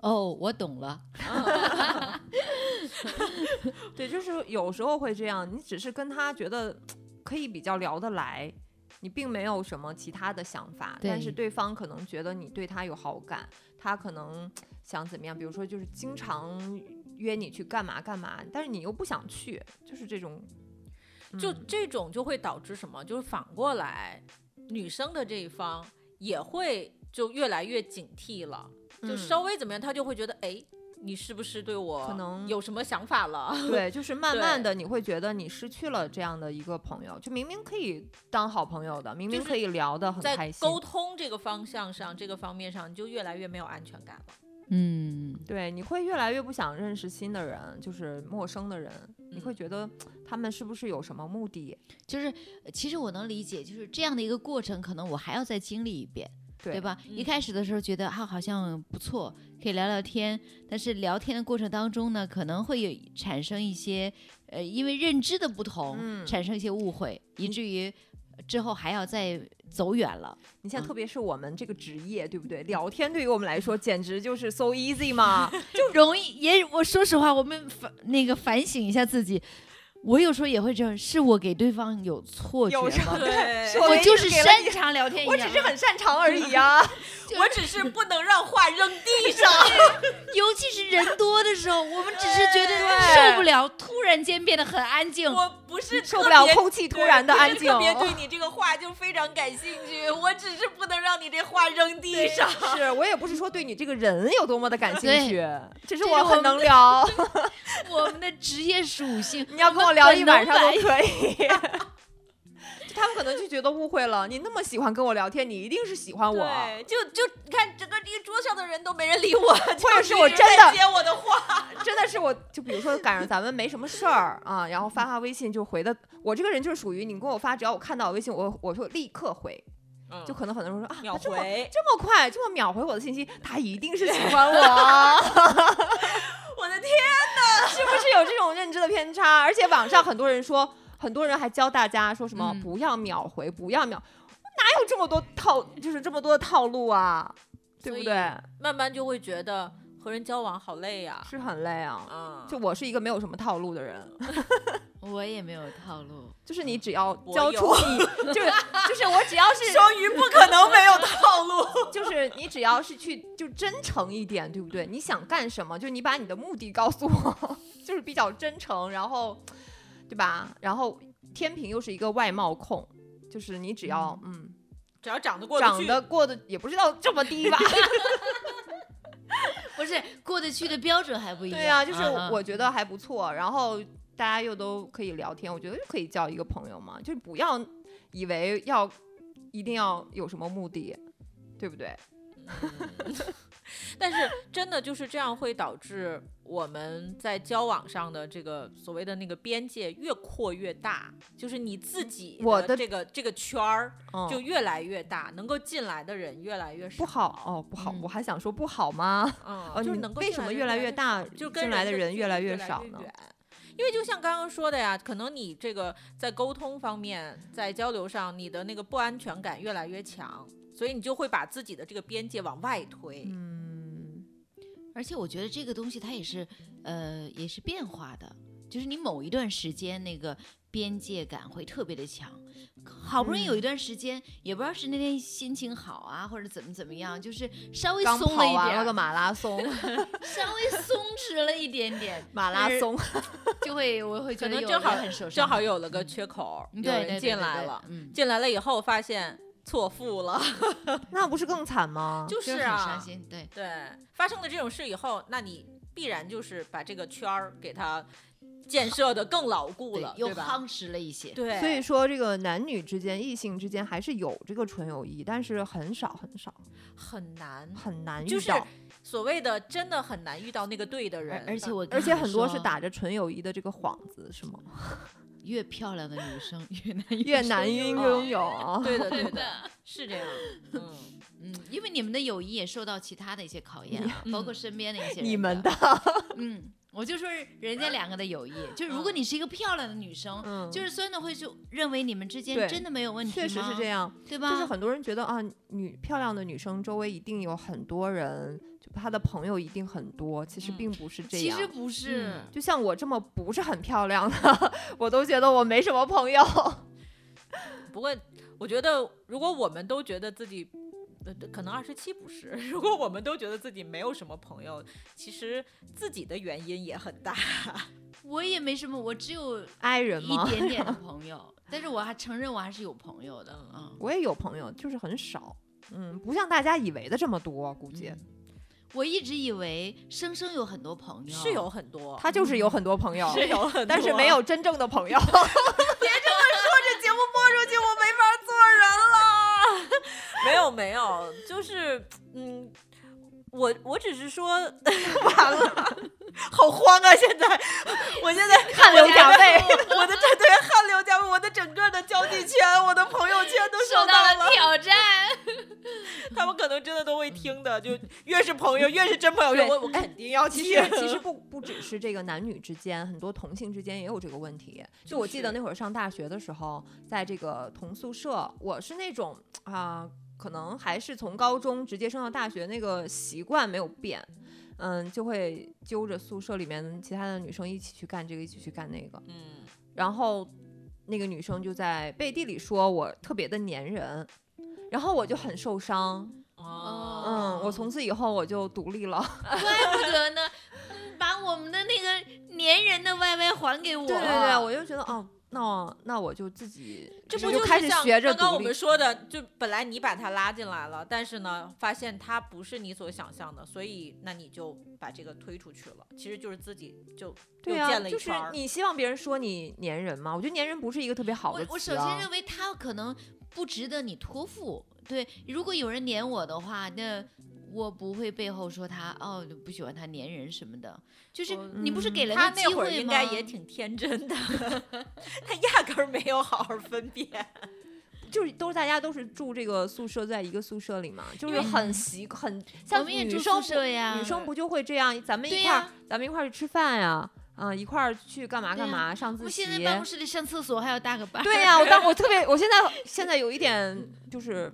Speaker 1: 哦，我懂了，
Speaker 3: 对，就是有时候会这样，你只是跟他觉得可以比较聊得来，你并没有什么其他的想法，但是对方可能觉得你对他有好感，他可能想怎么样，比如说就是经常约你去干嘛干嘛，但是你又不想去，就是这种，
Speaker 2: 就
Speaker 3: 嗯
Speaker 2: 这种就会导致什么？就是反过来，女生的这一方也会就越来越警惕了，就
Speaker 3: 嗯
Speaker 2: 稍微怎么样，她就会觉得，哎，你是不是对我
Speaker 3: 可能
Speaker 2: 有什么想法了？
Speaker 3: 对，就是慢慢的你会觉得你失去了这样的一个朋友，就明明可以当好朋友的，明明
Speaker 2: 就是
Speaker 3: 可以聊得很
Speaker 2: 在
Speaker 3: 开心，
Speaker 2: 沟通这个方向上，这个方面上，你就越来越没有安全感了。
Speaker 1: 嗯，
Speaker 3: 对，你会越来越不想认识新的人，就是陌生的人，你会
Speaker 2: 嗯
Speaker 3: 觉得他们是不是有什么目的？
Speaker 1: 就是呃其实我能理解，就是这样的一个过程，可能我还要再经历一遍。
Speaker 3: 对
Speaker 1: 对？吧？一
Speaker 2: 嗯
Speaker 1: 开始的时候觉得啊好像不错，可以聊聊天，但是聊天的过程当中呢，可能会有产生一些呃，因为认知的不同，
Speaker 3: 嗯
Speaker 1: 产生一些误会，以至于之后还要再走远了。
Speaker 3: 你像
Speaker 1: 嗯
Speaker 3: 特别是我们这个职业，对不对？聊天对于我们来说简直就是 so easy 嘛，
Speaker 1: 就容易也，我说实话，我们反那个反省一下自己，我有时候也会这样，是我给对方有错觉
Speaker 3: 有什么
Speaker 1: 吗？
Speaker 2: 对
Speaker 3: 是我
Speaker 1: 我
Speaker 3: 唯一
Speaker 1: 就是
Speaker 3: 给了
Speaker 1: 擅
Speaker 3: 你
Speaker 1: 长聊天一
Speaker 3: 我
Speaker 1: 样，
Speaker 3: 只是很擅长而已啊。
Speaker 2: 我只是不能让话扔 地上。
Speaker 1: 尤其是人多的时候，我们只是觉得
Speaker 3: 对
Speaker 1: 受不了，突然间变得很安静，
Speaker 2: 我不是
Speaker 3: 受
Speaker 2: 特
Speaker 3: 不了
Speaker 2: 别
Speaker 3: 空气突
Speaker 2: 对
Speaker 3: 然的
Speaker 2: 不是
Speaker 3: 安静
Speaker 2: 特别对你这个话就非常感兴趣，我只是不能让你这话 扔地上。
Speaker 3: 是我也不是说对你这个人有多么的感兴
Speaker 1: 对
Speaker 3: 趣，只是
Speaker 1: 这
Speaker 3: 我
Speaker 1: 是
Speaker 3: 很
Speaker 1: 我
Speaker 3: 能聊，。
Speaker 1: 我们的职业属性
Speaker 3: 你要跟我聊一
Speaker 1: 本能
Speaker 3: 晚上都
Speaker 1: 反
Speaker 3: 可以。 就他们可能就觉得误会了，你那么喜欢跟我聊天，你一定是喜欢啊我。
Speaker 2: 对，就就你看，整个这个桌上的人都没人理 我，或
Speaker 3: 者是我真的
Speaker 2: 接我 的话，
Speaker 3: 真的是我，就比如说赶上咱们没什么事儿啊，然后发发微信就回的，我这个人就是属于你给我发，只要我看到微信，我我就立刻回，就可能很多人说啊，
Speaker 2: 秒
Speaker 3: 他这么
Speaker 2: 回。
Speaker 3: 这么快，这么秒回我的信息，他一定是喜欢 我，
Speaker 2: 我的天，
Speaker 3: 是不是有这种认知的偏 差？而且网上很多人说，很多人还教大家说什么、
Speaker 1: 嗯
Speaker 3: 不要秒回，不要秒，哪有这么多套，就是这么多的套路啊，对不
Speaker 2: 所以
Speaker 3: 对？
Speaker 2: 慢慢就会觉得和人交往好累呀、
Speaker 3: 是很累啊。
Speaker 2: 啊。
Speaker 3: 就我是一个没有什么套路的人，
Speaker 1: 我也没有套路，
Speaker 3: 就是你只要
Speaker 2: 我
Speaker 3: 交
Speaker 2: 有
Speaker 3: 出 你，就是就是我只要是
Speaker 2: 双鱼不 可能没 有套路。
Speaker 3: 就是你只要是去就真诚一点，对不对？你想干什么，就你把你的目的告诉我， 就是比较真诚，然后，对吧？然后天平又是一个外貌控，就是你只要嗯
Speaker 2: 只要长得 过
Speaker 3: 长得过得也不知道这么低吧？
Speaker 1: 不是过得去的标准还不一样。
Speaker 3: 对呀、就是
Speaker 1: 嗯
Speaker 3: 我觉得还不错，然后大家又都可以聊天，我觉得就可以交一个朋友嘛，就是不要以为要一定要有什么目的，对不对？
Speaker 2: 但是真的就是这样，会导致我们在交往上的这个所谓的那个边界越扩越大，就是你自己
Speaker 3: 我的
Speaker 2: 这个这个圈儿
Speaker 3: 嗯，
Speaker 2: 就越来越大，能够进来的人越来越少。
Speaker 3: 不好，哦，不好，
Speaker 1: 嗯
Speaker 3: 我还想说不好吗？
Speaker 2: 嗯，
Speaker 3: 哦，
Speaker 2: 就
Speaker 3: 你
Speaker 2: 是能够
Speaker 3: 为
Speaker 2: 进
Speaker 3: 什
Speaker 2: 的
Speaker 3: 么
Speaker 2: 人
Speaker 3: 越来越
Speaker 2: 少
Speaker 3: 大，
Speaker 2: 就跟
Speaker 3: 进来的
Speaker 2: 的
Speaker 3: 人
Speaker 2: 距
Speaker 3: 越
Speaker 2: 离
Speaker 3: 来
Speaker 2: 越
Speaker 3: 少呢？
Speaker 2: 远因为就像刚刚说的呀，可能你这个在沟通方面，在交流上，你的那个不安全感越来越强，所以你就会把自己的这个边界往外推。
Speaker 3: 嗯，
Speaker 1: 而且我觉得这个东西它也是，呃，也是变化的，就是你某一段时间那个边界感会特别的强，好不容易
Speaker 3: 嗯
Speaker 1: 有一段时间，也不知道是那天心情好啊，或者怎么怎么样，就是稍微
Speaker 3: 刚
Speaker 1: 松
Speaker 3: 跑
Speaker 1: 了一
Speaker 3: 完
Speaker 1: 点
Speaker 3: 了个
Speaker 1: 儿，
Speaker 3: 马拉 松，
Speaker 1: 稍微松弛了一点点，
Speaker 3: 马拉
Speaker 1: 但是
Speaker 3: 松，
Speaker 1: 就会我会觉
Speaker 2: 可
Speaker 1: 得
Speaker 2: 能
Speaker 1: 有
Speaker 2: 正好
Speaker 1: 有很受伤，
Speaker 2: 正好有了个
Speaker 3: 嗯
Speaker 2: 缺口，
Speaker 1: 对
Speaker 2: 有
Speaker 1: 对
Speaker 2: 人
Speaker 1: 对
Speaker 2: 进
Speaker 1: 对
Speaker 2: 来
Speaker 1: 对
Speaker 2: 了，
Speaker 1: 嗯，
Speaker 2: 进来了以后发现错付
Speaker 3: 哦
Speaker 2: 了，
Speaker 3: 那不是更惨吗？
Speaker 2: 就
Speaker 1: 就是很伤
Speaker 2: 啊，
Speaker 1: 心，对，
Speaker 2: 对，发生了这种事以后，那你必然就是把这个圈儿给它建设的更牢固
Speaker 1: 对
Speaker 2: 了，
Speaker 1: 又
Speaker 2: 对吧？
Speaker 1: 夯实了一些，
Speaker 2: 对，
Speaker 3: 所以说，这个男女之间、异性之间还是有这个纯友谊，但是很少很少，
Speaker 2: 很难，
Speaker 3: 很难遇
Speaker 2: 嗯就是
Speaker 3: 到，
Speaker 2: 所谓的真的很难遇到那个对的人
Speaker 1: 而，而且我跟
Speaker 3: 而且
Speaker 1: 你
Speaker 3: 很多
Speaker 2: 嗯
Speaker 3: 是
Speaker 1: 说
Speaker 3: 打着纯友谊的这个幌子，是吗？
Speaker 1: 越漂亮的女生越难遇
Speaker 3: 越
Speaker 1: 上
Speaker 3: 难
Speaker 1: 这种
Speaker 3: 拥
Speaker 2: 友谊
Speaker 3: 拥有啊。
Speaker 2: 嗯对的对的，是这样，嗯，
Speaker 1: 嗯，因为你们的友谊也受到其他的一些考验啊，
Speaker 2: 嗯
Speaker 1: 包括身边的一些人
Speaker 3: 你们的，
Speaker 1: 嗯，我就说人家两个的友谊，就是如果你是一个漂亮的女生，
Speaker 3: 嗯，
Speaker 1: 就是酸的会就认为你们之间
Speaker 3: 对
Speaker 1: 真的没有问题，
Speaker 3: 确实是这，样。
Speaker 1: 对吧？
Speaker 3: 就是很多人觉得啊，女漂亮的女生周围一定有很多人，就她的朋友一定很多，其实
Speaker 1: 嗯
Speaker 3: 并不是这
Speaker 1: 其
Speaker 3: 样。
Speaker 1: 实不是，
Speaker 2: 嗯
Speaker 3: 就像我这么不是很漂亮的， 我都觉得我没什么朋友。
Speaker 2: 不过我觉得，如果我们都觉得自己，呃，可能二十七不是， 如果我们都觉得自己没有什么朋友，其实自己的原因也很大。
Speaker 1: 我也没什么，我只有
Speaker 3: 爱人
Speaker 1: 一
Speaker 3: 吗？
Speaker 1: 点点的朋友，但是我还承认我还是有朋友的啊。
Speaker 3: 我也有朋友，就是很少。嗯，不像大家以为的这么多，估计、
Speaker 1: 嗯我一直以为生生有很多朋友，
Speaker 2: 是有很多，
Speaker 3: 他就是有很多朋友，
Speaker 2: 嗯是有很多，啊
Speaker 3: 但是没有真正的朋友。
Speaker 2: 这节目播出去，我没法做人了。没有没有，就是嗯，我我只是说 完了，好慌啊！现在， 我现在汗
Speaker 3: 流浃背，
Speaker 2: 我的这对汗流浃背，我的整个的交际圈，我的朋友圈都
Speaker 1: 受
Speaker 2: 到
Speaker 1: 到了挑战。
Speaker 2: 他们可能真的都会听的，就越是 朋友，越是真朋友，
Speaker 3: 对哎
Speaker 2: 我我肯定要
Speaker 3: 其
Speaker 2: 去。
Speaker 3: 实其实不不只是这个男女之间，很多同性之间也有这个问题。就我记得
Speaker 2: 是
Speaker 3: 那会儿上大学的时候，在这个同宿舍，我是那种啊、可能还是从高中直接升到大学那个习惯没有变。嗯，就会揪着宿舍里面其他的女生一起去干这个，一起去干那个。
Speaker 2: 嗯，
Speaker 3: 然后那个女生就在背地里说我特别的粘人，然后我就很受伤。嗯，我从此以后我就独立了。
Speaker 1: 怪不得呢，嗯把我们的那个粘人的 YY 还给我。
Speaker 3: 对对对，我就觉得哦，那我那我就自己
Speaker 2: 这
Speaker 3: 就
Speaker 2: 不
Speaker 3: 就
Speaker 2: 就是
Speaker 3: 开始
Speaker 2: 像
Speaker 3: 学着
Speaker 2: 刚刚
Speaker 3: 独
Speaker 2: 我
Speaker 3: 立
Speaker 2: 们。说的，就本来你把他拉进来了，但是呢，发现他不是你所想象的，所以那你就把这个推出去了，其实就是自己就又
Speaker 3: 对啊
Speaker 2: 建，了一
Speaker 3: 就是
Speaker 2: 圈儿。
Speaker 3: 你希望别人说你粘人吗？我觉得粘人不是一个特别好的
Speaker 1: 我我
Speaker 3: 词
Speaker 1: 首
Speaker 3: 啊。
Speaker 1: 先认为他可能不值得你托付。对，如果有人撵我的话，那我不会背后说他哦不喜欢他撵人什么的。就是
Speaker 2: 我嗯
Speaker 1: 你不是给了
Speaker 2: 他
Speaker 1: 机
Speaker 2: 那会儿
Speaker 1: 会
Speaker 2: 应
Speaker 1: 吗？
Speaker 2: 该也挺天真的， 他压根儿没有好好分辨。
Speaker 3: 就是都是大家都是住这个宿舍，在一个宿舍里嘛，就
Speaker 1: 因
Speaker 3: 是
Speaker 1: 为
Speaker 3: 很习很
Speaker 1: 我
Speaker 3: 像
Speaker 1: 们也
Speaker 3: 女
Speaker 1: 住
Speaker 3: 生
Speaker 1: 宿
Speaker 3: 不
Speaker 1: 舍呀，
Speaker 3: 女生不就会这样？咱们
Speaker 1: 对
Speaker 3: 一块儿、
Speaker 1: 呀
Speaker 3: 咱们一块儿去吃饭呀，啊、一块儿去干嘛
Speaker 1: 对
Speaker 3: 干
Speaker 1: 呀
Speaker 3: 嘛，上
Speaker 1: 我
Speaker 3: 自
Speaker 1: 们
Speaker 3: 习。
Speaker 1: 现在办公室里上厕所还要搭个班。
Speaker 3: 对呀、我当我特别，我现在现在有一点就是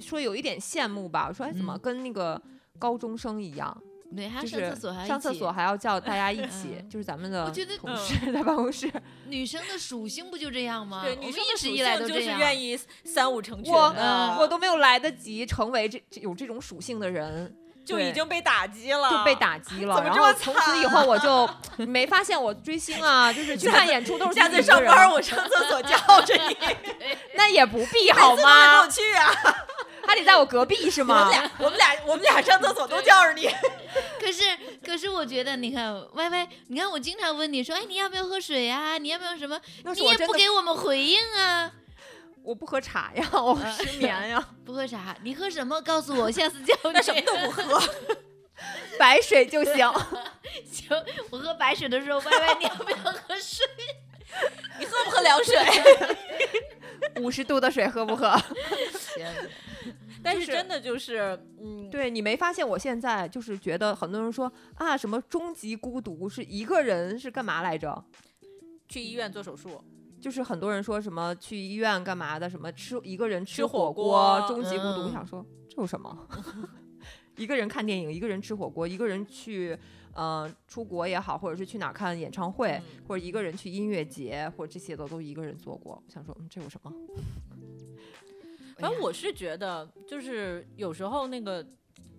Speaker 3: 说有一点羡慕吧，我说哎，怎么
Speaker 1: 嗯
Speaker 3: 跟那个高中生一样？
Speaker 1: 对，还要啊
Speaker 3: 就
Speaker 1: 上
Speaker 3: 是
Speaker 1: 厕所，还要
Speaker 3: 上
Speaker 1: 一
Speaker 3: 厕
Speaker 1: 起
Speaker 3: 所还要叫大家一起，
Speaker 1: 嗯
Speaker 3: 就是咱们的
Speaker 1: 我觉得
Speaker 3: 同事在办公室。
Speaker 1: 女生的属性不就这样
Speaker 3: 嗯
Speaker 1: 吗？
Speaker 2: 对，
Speaker 1: 我
Speaker 2: 女
Speaker 1: 们
Speaker 2: 生的
Speaker 1: 一直
Speaker 2: 属
Speaker 1: 以来
Speaker 2: 性
Speaker 1: 都
Speaker 2: 就是
Speaker 1: 这样。
Speaker 2: 愿意三五成群
Speaker 3: 我嗯
Speaker 2: 的，
Speaker 3: 我都没有来得及成为这这有这种属性的人，
Speaker 2: 就
Speaker 3: 对
Speaker 2: 已经被打击了，
Speaker 3: 就被。打击了。
Speaker 2: 嗯怎么
Speaker 3: 然
Speaker 2: 这么
Speaker 3: 后从此以后我就没发现我追星啊，就是去看演出都是
Speaker 2: 下
Speaker 3: 自
Speaker 2: 次
Speaker 3: 己一个
Speaker 2: 上
Speaker 3: 人
Speaker 2: 班，我上厕所叫着 你，
Speaker 3: 那也不必
Speaker 2: 每
Speaker 3: 好
Speaker 2: 次都没跟我
Speaker 3: 吗？
Speaker 2: 去啊。
Speaker 3: 还得在我隔壁是
Speaker 2: 我们
Speaker 3: 吗？
Speaker 2: 俩，我们俩，我们俩上厕所都叫着你。
Speaker 1: 可是，可是我觉得，你看歪歪，你看我经常问你说，哎，你要不要喝水呀、你要不要什么？
Speaker 3: 那
Speaker 1: 你
Speaker 3: 是我
Speaker 1: 也
Speaker 3: 真
Speaker 1: 不
Speaker 3: 的
Speaker 1: 给我们回应啊，
Speaker 3: 我不喝茶呀，我失眠呀，
Speaker 1: 不喝啥？你喝什么？告诉我，我下次叫你。
Speaker 2: 那什么都不喝，
Speaker 3: 白水就行。
Speaker 1: 行，我喝白水的时候，歪歪，你要不要喝水？
Speaker 2: 你喝不喝凉水？
Speaker 3: 五十度的水喝不喝？
Speaker 2: 但
Speaker 3: 就是是
Speaker 2: 真的就是，嗯，
Speaker 3: 对你没发现我现在就是觉得很多人说啊，什么终极孤独是一个人是干嘛来着？
Speaker 2: 去医院做手术，
Speaker 3: 就是很多人说什么去医院干嘛的，什么吃一个人
Speaker 2: 吃
Speaker 3: 吃
Speaker 2: 火
Speaker 3: 火
Speaker 2: 锅
Speaker 3: 锅，终极孤独。我
Speaker 1: 嗯
Speaker 3: 想说这有什么？ 一个人看电影，一个人吃火锅，一个人去呃出国也好，或者是去哪儿看演唱会，
Speaker 2: 嗯
Speaker 3: 或者一个人去音乐节，或者这些的都一个人做过。我想说，嗯，这有什么？
Speaker 2: 嗯反正我是觉得，就是有时候那个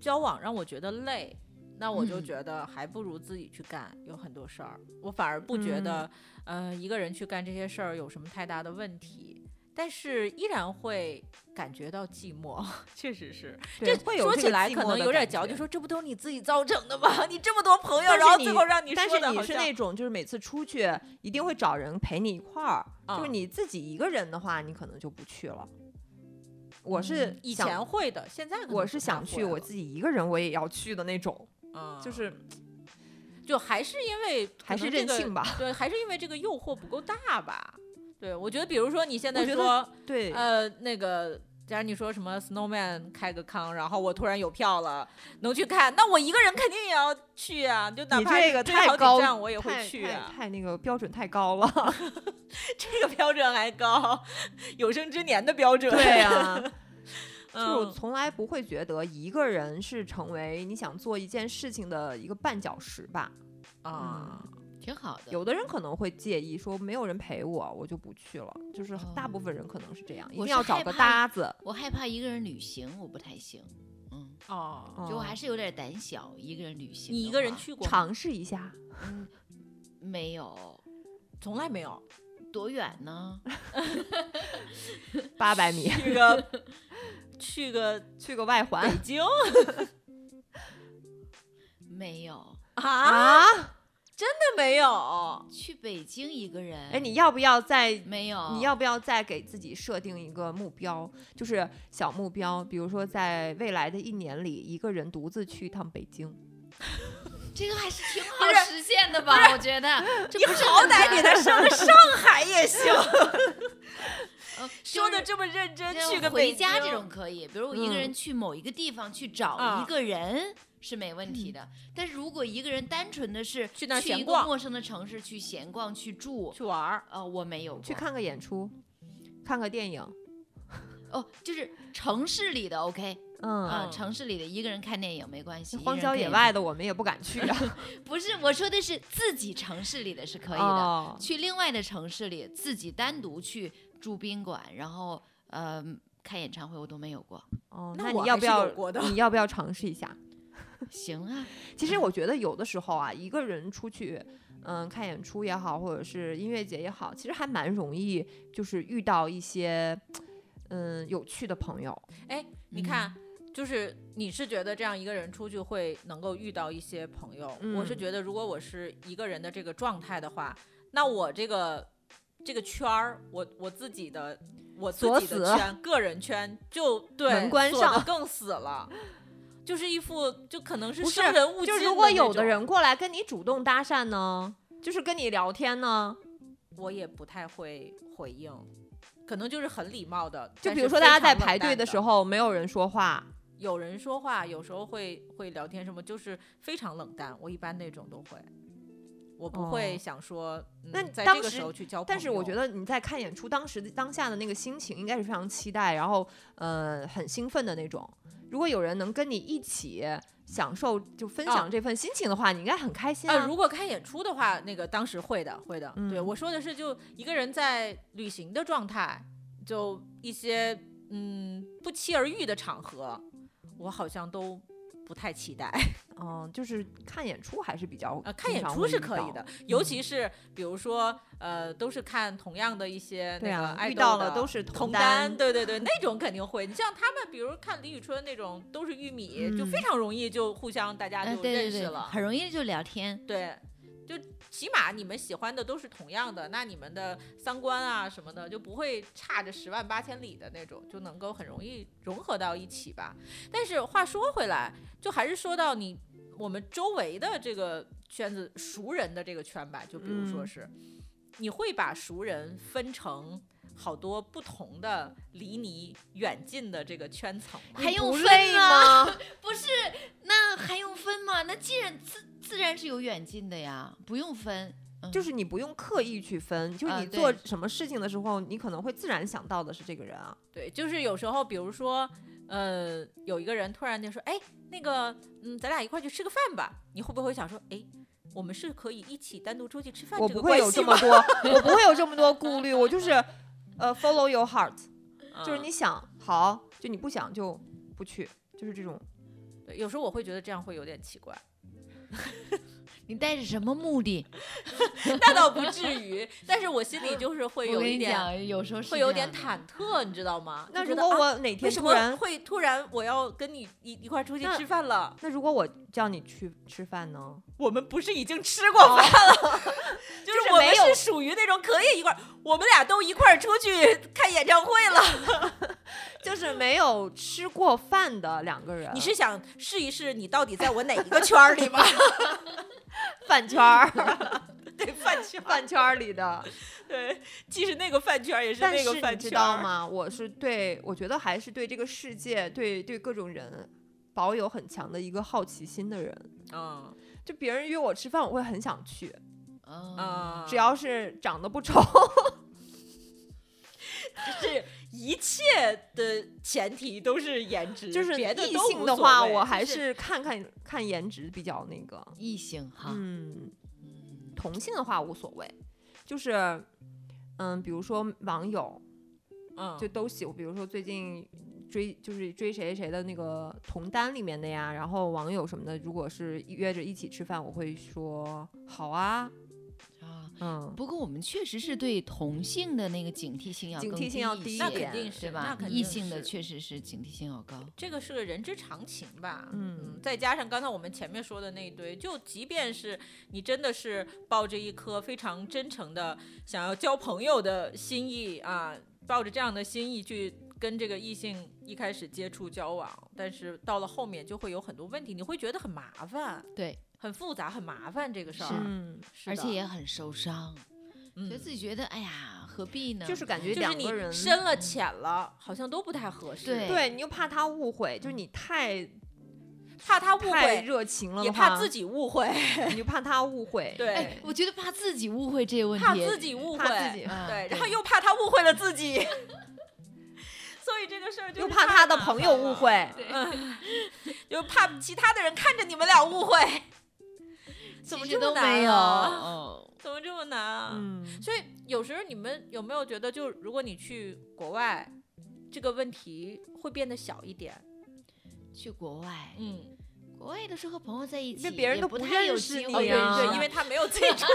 Speaker 2: 交往让我觉得累，那我就
Speaker 1: 嗯
Speaker 2: 觉得还不如自己去干，有很多事儿，我反而不觉得，呃，一个人去干这些事儿有什么太大的问题。但是依然会感觉到寂寞， 确实是。
Speaker 3: 对
Speaker 2: 这
Speaker 3: 会有
Speaker 2: 说
Speaker 3: 这
Speaker 2: 起
Speaker 3: 个
Speaker 2: 来
Speaker 3: 寂
Speaker 2: 可
Speaker 3: 寞
Speaker 2: 能
Speaker 3: 的
Speaker 2: 有点
Speaker 3: 感
Speaker 2: 矫
Speaker 3: 觉
Speaker 2: 情，说这不都是你自己造成的吗？ 你这么多朋友，
Speaker 3: 但
Speaker 2: 然
Speaker 3: 是
Speaker 2: 后
Speaker 3: 你
Speaker 2: 最后让你
Speaker 3: 但
Speaker 2: 说
Speaker 3: 是
Speaker 2: 的
Speaker 3: 你
Speaker 2: 好
Speaker 3: 是
Speaker 2: 像嗯
Speaker 3: 那种，就是每次出去一定会找人陪你一块儿，就
Speaker 2: 啊
Speaker 3: 是你自己一个人的话，你可能就不去了。我是
Speaker 2: 嗯以
Speaker 3: 想
Speaker 2: 前会的，现在可能
Speaker 3: 我
Speaker 2: 不
Speaker 3: 是
Speaker 2: 太
Speaker 3: 想
Speaker 2: 会
Speaker 3: 去，我
Speaker 2: 了
Speaker 3: 自己一个人我也要去的那种，
Speaker 2: 嗯
Speaker 3: 就是
Speaker 2: 就嗯还是因为可
Speaker 3: 还是
Speaker 2: 能这
Speaker 3: 任
Speaker 2: 个
Speaker 3: 性吧。
Speaker 2: 对，还是因为这个诱惑不够大吧？对，我觉得比如说你现在
Speaker 3: 我觉得
Speaker 2: 说
Speaker 3: 对，
Speaker 2: 呃那个。既然你说什么 Snowman 开个康，然后我突然有票了，能去看，那我一个人肯定也要去啊！就哪
Speaker 3: 你
Speaker 2: 怕
Speaker 3: 这个
Speaker 2: 追
Speaker 3: 太
Speaker 2: 好几
Speaker 3: 高
Speaker 2: 站，我也
Speaker 3: 太
Speaker 2: 会去啊
Speaker 3: 太。太那个标准太高了。
Speaker 2: 这个标准还高，有生之年的 标准。
Speaker 3: 呀、啊就是我
Speaker 2: 啊嗯，
Speaker 3: 从来不会觉得一个人是成为你想做一件事情的一个绊脚石吧。嗯
Speaker 2: 啊，
Speaker 1: 挺好的。
Speaker 3: 有的人可能会介意说没有人陪我，我就不去了。就是大部分人可能是这样，一
Speaker 1: 哦我
Speaker 3: 定
Speaker 1: 是
Speaker 3: 要找
Speaker 1: 害
Speaker 3: 个
Speaker 1: 怕
Speaker 3: 搭子。
Speaker 1: 我害怕一个人旅行，我不太行。嗯，
Speaker 2: 哦，
Speaker 1: 就我
Speaker 3: 嗯
Speaker 1: 还是有点胆小，一个人旅行。
Speaker 2: 你一个人？去过吗？
Speaker 3: 尝试一下，
Speaker 1: 嗯，没有，
Speaker 2: 从来没有，
Speaker 1: 多远呢？
Speaker 3: 八百米
Speaker 2: 去 个去个
Speaker 3: 去个外环
Speaker 2: 北京
Speaker 1: 没有，
Speaker 2: 啊，
Speaker 3: 啊！
Speaker 2: 真的没有。
Speaker 1: 去北京一个人。
Speaker 3: 哎，你要不要再
Speaker 1: 没有？
Speaker 3: 你要不要再给自己设定一个目标，就是小目标，比如说在未来的一年里，一个人独自去一趟北京。
Speaker 1: 这个还是挺好实现的吧？我觉得 这不是
Speaker 2: 好
Speaker 1: 很
Speaker 2: 歹
Speaker 1: 难
Speaker 2: 给他上个上海也 行，
Speaker 1: 呃
Speaker 2: 说的
Speaker 1: 就是
Speaker 2: 这么认真，
Speaker 1: 像
Speaker 2: 去个
Speaker 1: 回
Speaker 2: 北京嗯
Speaker 1: 家这种可以，比如我一个人去某一个地方去找
Speaker 2: 啊
Speaker 1: 一个人是没问题的，但是如果一个人单纯的是
Speaker 2: 嗯去那儿闲
Speaker 1: 一个
Speaker 2: 逛
Speaker 1: 陌生的城市去闲逛去住，
Speaker 2: 去玩儿，
Speaker 1: 呃，我没有过
Speaker 3: 去看个演出，看个电影，
Speaker 1: 哦，就是城市里的 OK
Speaker 3: 嗯，
Speaker 1: 啊、
Speaker 2: 嗯
Speaker 1: 城市里的一个人看电影没关系，
Speaker 3: 荒
Speaker 1: 一个
Speaker 3: 郊
Speaker 1: 人可以
Speaker 3: 野外的我们也不敢去啊，
Speaker 1: 不是我说的是自己城市里的是 可以的，
Speaker 3: 哦
Speaker 1: 去另外的城市里自己单独去住宾馆，然后呃开演唱会我都没有过。
Speaker 3: 哦，
Speaker 2: 那
Speaker 3: 那
Speaker 2: 我
Speaker 3: 你要
Speaker 2: 还
Speaker 3: 不
Speaker 2: 是有
Speaker 3: 要
Speaker 2: 过的？
Speaker 3: 你要不要尝试一下？
Speaker 1: 行啊，
Speaker 3: 其实我觉得有的时候啊，一个人出去，嗯，看演出也好，或者是音乐节也好，其实还蛮容易，就是遇到一些，嗯，有趣的朋友。
Speaker 2: 你看，
Speaker 1: 嗯
Speaker 2: 就是你是觉得这样一个人出去会能够遇到一些朋友，我是
Speaker 3: 嗯
Speaker 2: 觉得如果我是一个人的这个状态的话，那我这个这个圈儿，我我自己的我自
Speaker 3: 锁
Speaker 2: 己
Speaker 3: 死
Speaker 2: 的圈，个人圈 就对
Speaker 3: 门关
Speaker 2: 锁得
Speaker 3: 上
Speaker 2: 更死了。就是一副就可能是
Speaker 3: 不是
Speaker 2: 生人勿
Speaker 3: 就
Speaker 2: 近。
Speaker 3: 是如果有的，人过来跟你主动搭讪呢，就是跟你聊天呢，
Speaker 2: 我也不太会回应，可能就是很礼貌的。
Speaker 3: 就
Speaker 2: 但
Speaker 3: 比
Speaker 2: 是
Speaker 3: 如说
Speaker 2: 非
Speaker 3: 大家在
Speaker 2: 常冷
Speaker 3: 排队
Speaker 2: 淡
Speaker 3: 的
Speaker 2: 的
Speaker 3: 时候，没有人说话，
Speaker 2: 有人说话，有时候会会聊天什么，就是非常冷淡。我一般那种都会，我不会
Speaker 3: 哦
Speaker 2: 想说，嗯
Speaker 3: 那
Speaker 2: 在
Speaker 3: 当
Speaker 2: 这个
Speaker 3: 时
Speaker 2: 时候去交朋友。
Speaker 3: 但是我觉得你在看演出当时当下的那个心情应该是非常期待，然后呃很兴奋的那种。如果有人能跟你一起享受就分
Speaker 2: 哦
Speaker 3: 享这份心情的话，你应该很开心
Speaker 2: 啊、
Speaker 3: 啊。
Speaker 2: 如果看演出的话，那个当时会的，会的。对
Speaker 3: 嗯
Speaker 2: 我说的是，就一个人在旅行的状态，就一些嗯不期而遇的场合，我好像都不太期待。
Speaker 3: 嗯，就是看演出还是比较
Speaker 2: 呃，看
Speaker 3: 经
Speaker 2: 演
Speaker 3: 常
Speaker 2: 出
Speaker 3: 会
Speaker 2: 是
Speaker 3: 遇
Speaker 2: 可以
Speaker 3: 到嗯
Speaker 2: 的，，尤其是比如说，呃，都是看同样的一些那
Speaker 3: 对
Speaker 2: 个
Speaker 3: 啊
Speaker 2: 爱
Speaker 3: 遇
Speaker 2: 豆
Speaker 3: 到了
Speaker 2: 的
Speaker 3: 都是
Speaker 2: 同
Speaker 3: 同单
Speaker 2: 对对对，那种肯定会。你像他们，比如看李宇春那种，都是玉米，就非
Speaker 3: 嗯
Speaker 2: 常容易就互相大家
Speaker 1: 哎
Speaker 2: 就
Speaker 1: 对对
Speaker 2: 认识
Speaker 1: 对，
Speaker 2: 了，
Speaker 1: 很容易就聊天。
Speaker 2: 对就起码你们喜欢的都是同样的，那你们的三观啊什么的就不会差着十万八千里的那种，就能够很容易融合到一起吧。但是话说回来，就还是说到你我们周围的这个圈子，熟人的这个圈吧，就比如说
Speaker 3: 嗯
Speaker 2: 是，你会把熟人分成。好多不同的离你远近的这个圈层吗，
Speaker 1: 还用
Speaker 3: 不
Speaker 1: 分
Speaker 3: 累吗？
Speaker 1: 不是，那还用分吗？那既然自自然是有远近的呀，不用分。嗯
Speaker 3: 就是你不用刻意去分，就是
Speaker 1: 啊
Speaker 3: 你
Speaker 1: 对
Speaker 3: 做什么事情的时候，你可能会自然想到的是这个人啊。
Speaker 2: 对，就是有时候，比如说，呃，有一个人突然就说：“哎，那个，嗯，咱俩一块儿去吃个饭吧。”你会不会想说：“哎，我们是可以一起单独出去吃饭
Speaker 3: 我
Speaker 2: 这个
Speaker 3: 不会
Speaker 2: 关
Speaker 3: 有
Speaker 2: 系
Speaker 3: 这
Speaker 2: 吗
Speaker 3: 么多，我不会有这么多顾虑，我 就是呃 follow your heart，？”就是
Speaker 2: 嗯
Speaker 3: 你想好，就你不想就不去，就是这种。
Speaker 2: 对，有时候我会觉得这样会有点奇怪，
Speaker 1: 你带着什么目的？
Speaker 2: 那倒不至于，但是我心里就是会
Speaker 1: 我
Speaker 2: 有
Speaker 1: 跟
Speaker 2: 一
Speaker 1: 你
Speaker 2: 点，
Speaker 1: 讲，有时候是
Speaker 2: 会有
Speaker 1: 这样
Speaker 2: 点
Speaker 1: 的
Speaker 2: 忐忑，你知道吗？就
Speaker 3: 那
Speaker 2: 觉
Speaker 3: 如
Speaker 2: 得
Speaker 3: 果
Speaker 2: 啊
Speaker 3: 我哪
Speaker 2: 为
Speaker 3: 天
Speaker 2: 什
Speaker 3: 突
Speaker 2: 么
Speaker 3: 然，
Speaker 2: 会突然我要跟你一一块儿出去
Speaker 3: 那
Speaker 2: 吃饭了？
Speaker 3: 那如果我叫你去吃饭呢？
Speaker 2: 我们不是已经吃过饭了， 就是
Speaker 3: 哦是
Speaker 2: 我们
Speaker 3: 没有
Speaker 2: 是属于那种可以一块儿，我们俩都一块儿出去看演唱会 了。
Speaker 3: 就是没有吃过饭的两个人，
Speaker 2: 你是想试一试你到底在我哪一个圈儿里吗？
Speaker 3: 饭圈儿，
Speaker 2: 对饭圈，
Speaker 3: 饭圈儿里的。
Speaker 2: 对，既是那个饭圈，也是
Speaker 3: 但
Speaker 2: 那
Speaker 3: 是
Speaker 2: 个
Speaker 3: 你
Speaker 2: 饭
Speaker 3: 知
Speaker 2: 圈，
Speaker 3: 道？吗？我 是对，我觉得还是对这个世界，对对各种人，保有很强的一个好奇心的人。
Speaker 2: 嗯
Speaker 3: 就别人约我吃饭，我会很想去，
Speaker 1: 啊，
Speaker 2: 啊，
Speaker 3: 嗯只要是长得不丑，
Speaker 2: 是一切的前提都是颜值，
Speaker 3: 就是
Speaker 2: 嗯别的
Speaker 3: 异
Speaker 2: 都
Speaker 3: 性
Speaker 2: 无
Speaker 3: 的
Speaker 2: 所
Speaker 3: 话，
Speaker 2: 谓
Speaker 3: 我还
Speaker 2: 就是啊
Speaker 3: 看看看颜值比较那个。
Speaker 1: 异性哈，
Speaker 3: 嗯，
Speaker 1: 嗯
Speaker 3: 同性的话无所谓，就是嗯，比如说网友
Speaker 2: 嗯
Speaker 3: 就都喜，比如说最近追就是追谁谁的那个同单里面的呀，然后网友什么的，如果是约着一起吃饭，我会说好啊，
Speaker 1: 啊。
Speaker 3: 嗯，
Speaker 1: 不过我们确实是对同性的那个警惕性要
Speaker 3: 警
Speaker 1: 更
Speaker 3: 惕性要
Speaker 1: 一
Speaker 3: 低
Speaker 1: 些
Speaker 2: 那
Speaker 3: 一点
Speaker 2: 肯定是
Speaker 1: 对
Speaker 2: 那
Speaker 1: 吧？
Speaker 2: 肯
Speaker 1: 异
Speaker 2: 定
Speaker 1: 性的
Speaker 2: 是
Speaker 1: 确实是警惕性要高。
Speaker 2: 这个是个人之常情吧，
Speaker 3: 嗯
Speaker 2: 再加上刚才我们前面说的那一堆，就即便是你真的是抱着一颗非常真诚的想要交朋友的心意啊，抱着这样的心意去跟这个异性一开始接触交往，但是到了后面就会有很多问题，你会觉得很麻烦，
Speaker 1: 对，
Speaker 2: 很复杂，很麻烦这个事儿，
Speaker 3: 嗯，
Speaker 2: 是
Speaker 1: 而
Speaker 2: 的
Speaker 1: 且也很受伤，
Speaker 2: 嗯
Speaker 1: 觉得自己觉得哎呀，何必呢？
Speaker 3: 就是感觉
Speaker 2: 就是
Speaker 3: 两
Speaker 2: 你
Speaker 3: 个人
Speaker 2: 深了浅了，好像都不太合适，
Speaker 1: 对
Speaker 3: 对，你又怕他误会，就是你太
Speaker 2: 怕他误
Speaker 3: 太
Speaker 2: 会，
Speaker 3: 热情了
Speaker 2: 也
Speaker 3: 的话，
Speaker 2: 怕自己误会，
Speaker 3: 你就怕他误会，
Speaker 2: 对
Speaker 1: 哎，我觉得怕自己误会这个问题，
Speaker 2: 怕自己误会，
Speaker 3: 怕自己。
Speaker 1: 啊，
Speaker 2: 嗯对，然后又怕他误会了自己， 所以这个事儿就
Speaker 3: 又
Speaker 2: 是
Speaker 3: 怕
Speaker 2: 太
Speaker 3: 他的
Speaker 2: 麻
Speaker 3: 朋
Speaker 2: 烦
Speaker 3: 友误
Speaker 2: 了，
Speaker 3: 会，
Speaker 2: 又怕其他的人看着你们俩误会，怎么
Speaker 1: 其
Speaker 2: 这
Speaker 1: 实
Speaker 2: 么
Speaker 1: 都
Speaker 2: 难
Speaker 1: 没有？
Speaker 2: 啊
Speaker 1: 哦
Speaker 2: 怎么这么难啊？
Speaker 3: 嗯，
Speaker 2: 所以有时候你们有没有觉得，就如果你去国外，这个问题会变得小一点？
Speaker 1: 去国外，
Speaker 2: 嗯，
Speaker 1: 国外都是和朋友在一
Speaker 3: 因
Speaker 1: 起，
Speaker 3: 为别人
Speaker 1: 也
Speaker 3: 都
Speaker 1: 不
Speaker 3: 不
Speaker 1: 太有
Speaker 3: 认识
Speaker 1: 机
Speaker 3: 你
Speaker 2: 哦
Speaker 1: 会啊
Speaker 2: 对
Speaker 3: 呀
Speaker 2: 对，因为他没有自己出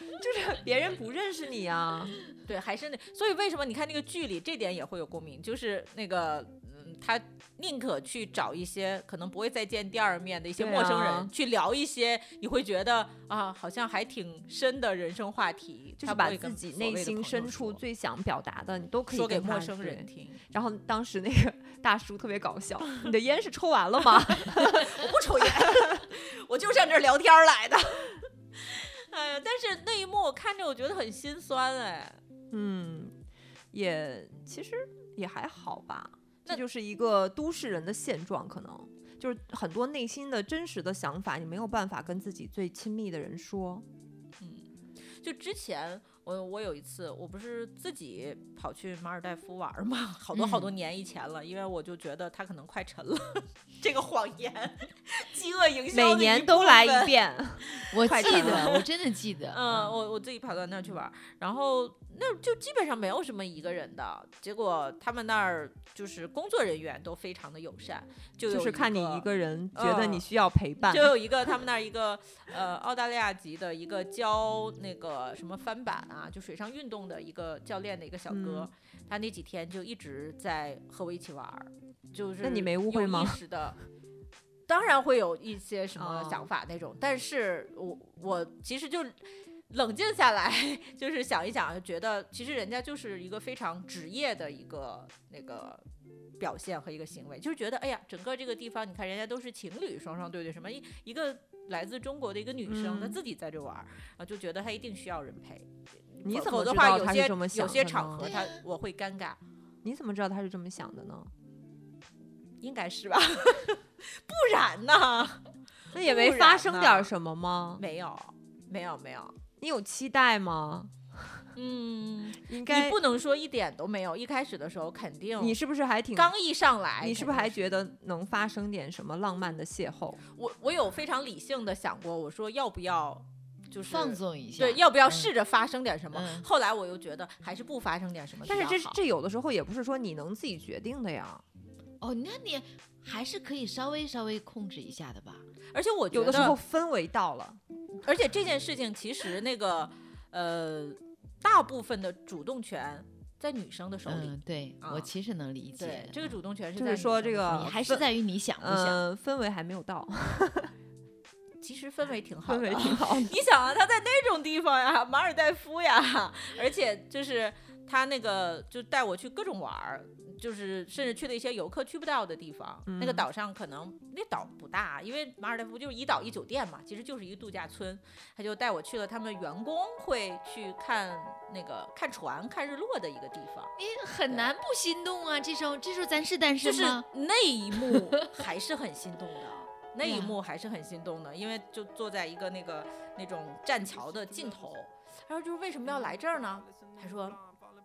Speaker 3: 就是别人不认识你 啊，
Speaker 2: 对，还是那，所以为什么你看那个剧里这点也会有共鸣，就是那个，嗯，他宁可去找一些可能不会再见第二面的一些
Speaker 3: 对
Speaker 2: 陌生人、
Speaker 3: 啊
Speaker 2: 去聊一些，你会觉得啊，好像还挺深的人生话题，
Speaker 3: 就
Speaker 2: 他
Speaker 3: 是
Speaker 2: 不
Speaker 3: 把
Speaker 2: 会
Speaker 3: 自
Speaker 2: 跟
Speaker 3: 己
Speaker 2: 所
Speaker 3: 内
Speaker 2: 谓的
Speaker 3: 心
Speaker 2: 朋友
Speaker 3: 深处
Speaker 2: 说
Speaker 3: 最想表达的，你都可以
Speaker 2: 说给
Speaker 3: 跟他
Speaker 2: 陌生
Speaker 3: 对
Speaker 2: 人听，
Speaker 3: 然后当时那个 大叔特别搞笑，你的烟是抽完了 吗？
Speaker 2: 我不抽烟，我就上这儿聊天儿来的。哎呀，但是那一幕我看着我觉得很心酸哎，
Speaker 3: 嗯，也其实也还好吧，这
Speaker 2: 那
Speaker 3: 就是一个都市人的现状，可能就是很多内心的真实的想法，你没有办法跟自己最亲密的人说。
Speaker 2: 就之前我我有一次，我不是自己跑去马尔代夫玩儿嘛，好多好
Speaker 3: 嗯
Speaker 2: 多年以前了，因为我就觉得它可能快沉了， 这个谎言，饥饿营销的
Speaker 3: 每
Speaker 2: 一
Speaker 3: 年
Speaker 2: 部
Speaker 3: 都来
Speaker 2: 分
Speaker 3: 一遍，
Speaker 1: 我
Speaker 3: 快
Speaker 1: 记
Speaker 3: 看
Speaker 1: 得，
Speaker 3: 了
Speaker 1: 我真的记得，
Speaker 2: 嗯，我我自己跑到那儿去玩儿，然后那就基本上没有什么一个人的。结果他们那儿就是工作人员都非常的友善， 就
Speaker 3: 就
Speaker 2: 有
Speaker 3: 是看你
Speaker 2: 一
Speaker 3: 一个人觉得
Speaker 2: 嗯
Speaker 3: 你需要陪伴
Speaker 2: 就，有一个他们那儿一个呃澳大利亚籍的一个教那个什么翻板啊，就水上运动的一个教练的一个小哥，
Speaker 3: 嗯
Speaker 2: 他那几天就一直在和我一起玩儿，就是
Speaker 3: 那你没误会吗
Speaker 2: 有意识的。当然会有一些什么
Speaker 3: 哦
Speaker 2: 想法那种，但是我我其实就冷静下来， 就是想一想，就觉得其实人家就是一个非常职业的一个那个表现和一个行为，就是觉得哎呀，整个这个地方，你看人家都是情侣，双双对对，什么一一个来自中国的一个女生，她
Speaker 3: 嗯
Speaker 2: 自己在这玩儿啊，就觉得她一定需要人陪。
Speaker 3: 你
Speaker 2: 否
Speaker 3: 怎
Speaker 2: 否
Speaker 3: 么
Speaker 2: 则
Speaker 3: 知
Speaker 2: 话
Speaker 3: 道
Speaker 2: 有
Speaker 3: 他
Speaker 2: 些
Speaker 3: 是这么想
Speaker 2: 有
Speaker 3: 的
Speaker 2: 些场
Speaker 3: 呢
Speaker 2: 合她我会尴尬，
Speaker 3: 你怎么知道他是这么想的呢？
Speaker 2: 应该是吧？ 不然呢？
Speaker 3: 那也
Speaker 2: 不
Speaker 3: 没
Speaker 2: 然
Speaker 3: 发生点
Speaker 2: 呢
Speaker 3: 儿什么吗？
Speaker 2: 没有，没有，没有。
Speaker 3: 你有期待吗？
Speaker 2: 嗯，
Speaker 3: 应
Speaker 2: 你
Speaker 3: 该
Speaker 2: 不能说一点都没有。一开始的时候肯定，
Speaker 3: 你是不是还挺？
Speaker 2: 刚一上来，
Speaker 3: 你是不
Speaker 2: 肯
Speaker 3: 是
Speaker 2: 定
Speaker 3: 还觉得能发生点什么浪漫的邂�逅？
Speaker 2: 我我有非常理性的想过，我说要不要就是
Speaker 1: 放纵一下，
Speaker 2: 对，要不要
Speaker 1: 嗯
Speaker 2: 试着发生点什么？
Speaker 1: 嗯
Speaker 2: 后来我又觉得还是不发生点什么比
Speaker 3: 但
Speaker 2: 较
Speaker 3: 是
Speaker 2: 好。
Speaker 3: 这这有的时候也不是说你能自己决定的呀，
Speaker 1: 哦，那你还是可以稍微稍微控制一下的吧。
Speaker 2: 而且我觉
Speaker 3: 有
Speaker 2: 得，
Speaker 3: 的时候氛围到了，
Speaker 2: 而且这件事情其实那个呃，大部分的主动权在女生的手里。
Speaker 1: 嗯，对
Speaker 2: 啊
Speaker 1: 我其实能理
Speaker 2: 对
Speaker 1: 解，，
Speaker 2: 这个主动权是
Speaker 3: 嗯就
Speaker 2: 在
Speaker 3: 是
Speaker 2: 女
Speaker 3: 说
Speaker 2: 生
Speaker 3: 这
Speaker 2: 的手
Speaker 3: 个
Speaker 2: 里
Speaker 1: 嗯还是
Speaker 3: 氛
Speaker 1: 在于你想不想。
Speaker 3: 嗯、氛围还没有到，
Speaker 2: 其实氛围挺好
Speaker 3: 氛
Speaker 2: 的
Speaker 3: 围。挺好的。
Speaker 2: 你想啊，他在那种地方呀，马尔代夫呀，而且就是他那个就带我去各种玩儿，就是甚至去了一些游客去不到的地方。那个
Speaker 3: 嗯
Speaker 2: 岛上可能那岛不大，因为马尔代夫就是一岛一酒店嘛，其实就是一度假村。他就带我去了他们员工会去看那个看船、看日落的一个地方。
Speaker 1: 你哎很难不心动啊！这时候，这时候咱是单
Speaker 2: 就
Speaker 1: 身
Speaker 2: 是
Speaker 1: 吗？
Speaker 2: 那一 幕还是很心动的，那一
Speaker 1: 呀
Speaker 2: 幕还是很心动的，因为就坐在一个那个那种栈桥的尽头。他说就是为什么要来这儿呢？他说，